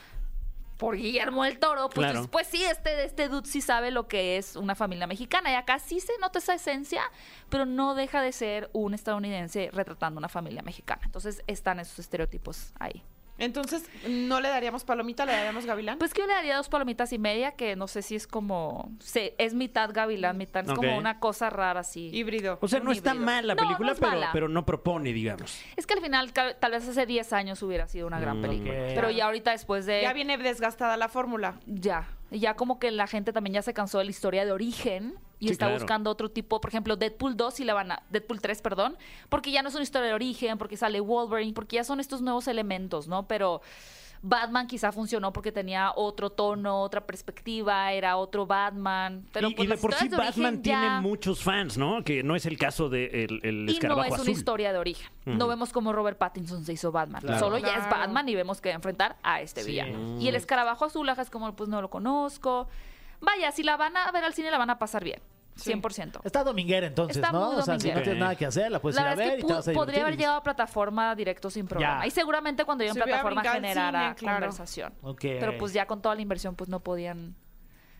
G: por Guillermo del Toro, pues,
C: Claro.
G: dices, pues sí, este, este dude sí sabe lo que es una familia mexicana. Y acá sí se nota esa esencia, pero no deja de ser un estadounidense retratando una familia mexicana. Entonces están esos estereotipos ahí.
B: Entonces, ¿no le daríamos palomita, le daríamos gavilán?
G: Pues que yo le daría dos palomitas y media, que no sé si es como. se- es mitad gavilán, mitad. Es
C: Ok.
G: como una cosa rara así.
B: Híbrido.
C: O sea,
G: un
C: no está
G: híbrido.
C: mal la
G: No, no
C: película,
G: es
C: pero,
G: mala.
C: pero no propone, digamos.
G: Es que al final, cal- tal vez hace 10 años hubiera sido una gran
C: Mm,
G: película.
D: ok.
G: Pero ya ahorita después de.
B: Ya viene desgastada la fórmula.
G: Ya. Ya como que la gente también ya se cansó de la historia de origen y
C: Sí,
G: está
C: claro.
G: buscando otro tipo, por ejemplo, Deadpool 2 y la van a Deadpool 3, perdón, porque ya no es una historia de origen, porque sale Wolverine, porque ya son estos nuevos elementos, ¿no? Pero Batman quizá funcionó porque tenía otro tono, otra perspectiva, era otro Batman, pero
C: y,
G: pues
C: y de
G: las
C: por sí
G: historias de origen
C: Batman tiene
G: ya-
C: muchos fans, ¿no? Que no es el caso de el, el
G: y no
C: escarabajo
G: es una
C: azul.
G: historia de origen. No vemos cómo Robert Pattinson se hizo Batman. Solo ya es
B: Claro.
G: Batman y vemos que va a enfrentar a este villano. Y el escarabajo azul ajá, es como, pues no lo conozco. Vaya, si la van a ver al cine, la van a pasar bien. 100%.
D: Está dominguera entonces,
G: Está
D: ¿no?
G: muy
D: O sea, si no
G: dominguera.
D: tienes nada que hacer, Pues la puedes
G: La
D: ir a
G: verdad
D: ver
G: es
D: y
G: que
D: te vas a
G: pu- podría haber
D: divertir.
G: llegado a plataforma directo sin programa.
D: Ya.
G: Y seguramente cuando yo en
B: Se hubiera
G: plataforma
B: brincado en
G: generara
B: cine, claro.
G: conversación.
D: Ok.
G: Pero pues ya con toda la inversión, pues no podían.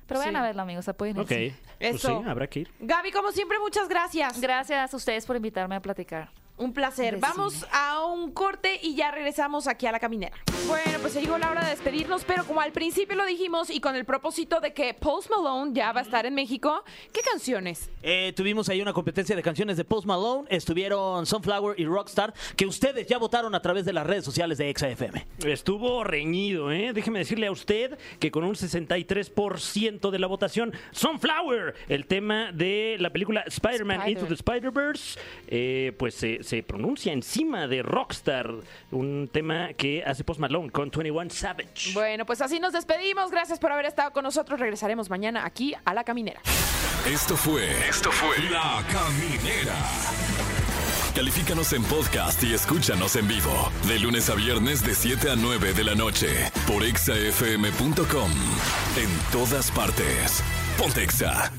G: Pero vayan
B: Sí.
G: a verla, amigos. Apoyen el
C: Ok.
G: cine.
C: Pues
B: Eso.
C: sí, habrá que ir.
B: Gaby, como siempre, muchas gracias.
G: Gracias a ustedes por invitarme a platicar.
B: Un placer.
G: De
B: Vamos
G: cine.
B: a un corte y ya regresamos aquí a la caminera. Bueno, pues se llegó la hora de despedirnos, pero como al principio lo dijimos y con el propósito de que Post Malone ya va a estar en México, ¿qué canciones?
D: Eh, tuvimos ahí una competencia de canciones de Post Malone. Estuvieron Sunflower y Rockstar, que ustedes ya votaron a través de las redes sociales de ExaFM.
C: Estuvo reñido, ¿eh? Déjeme decirle a usted que con un 63% de la votación, Sunflower, el tema de la película Spider-Man
B: Spider.
C: Into the Spider-Verse, eh, pues se, se pronuncia encima de Rockstar, un tema que hace Post Malone con 21 Savage.
B: Bueno, pues así nos despedimos. Gracias por haber estado con nosotros. Regresaremos mañana aquí a la caminera.
A: Esto fue. Esto fue. La Caminera. Califícanos en podcast y escúchanos en vivo. De lunes a viernes, de 7 a 9 de la noche. Por exafm.com. En todas partes. Pontexa.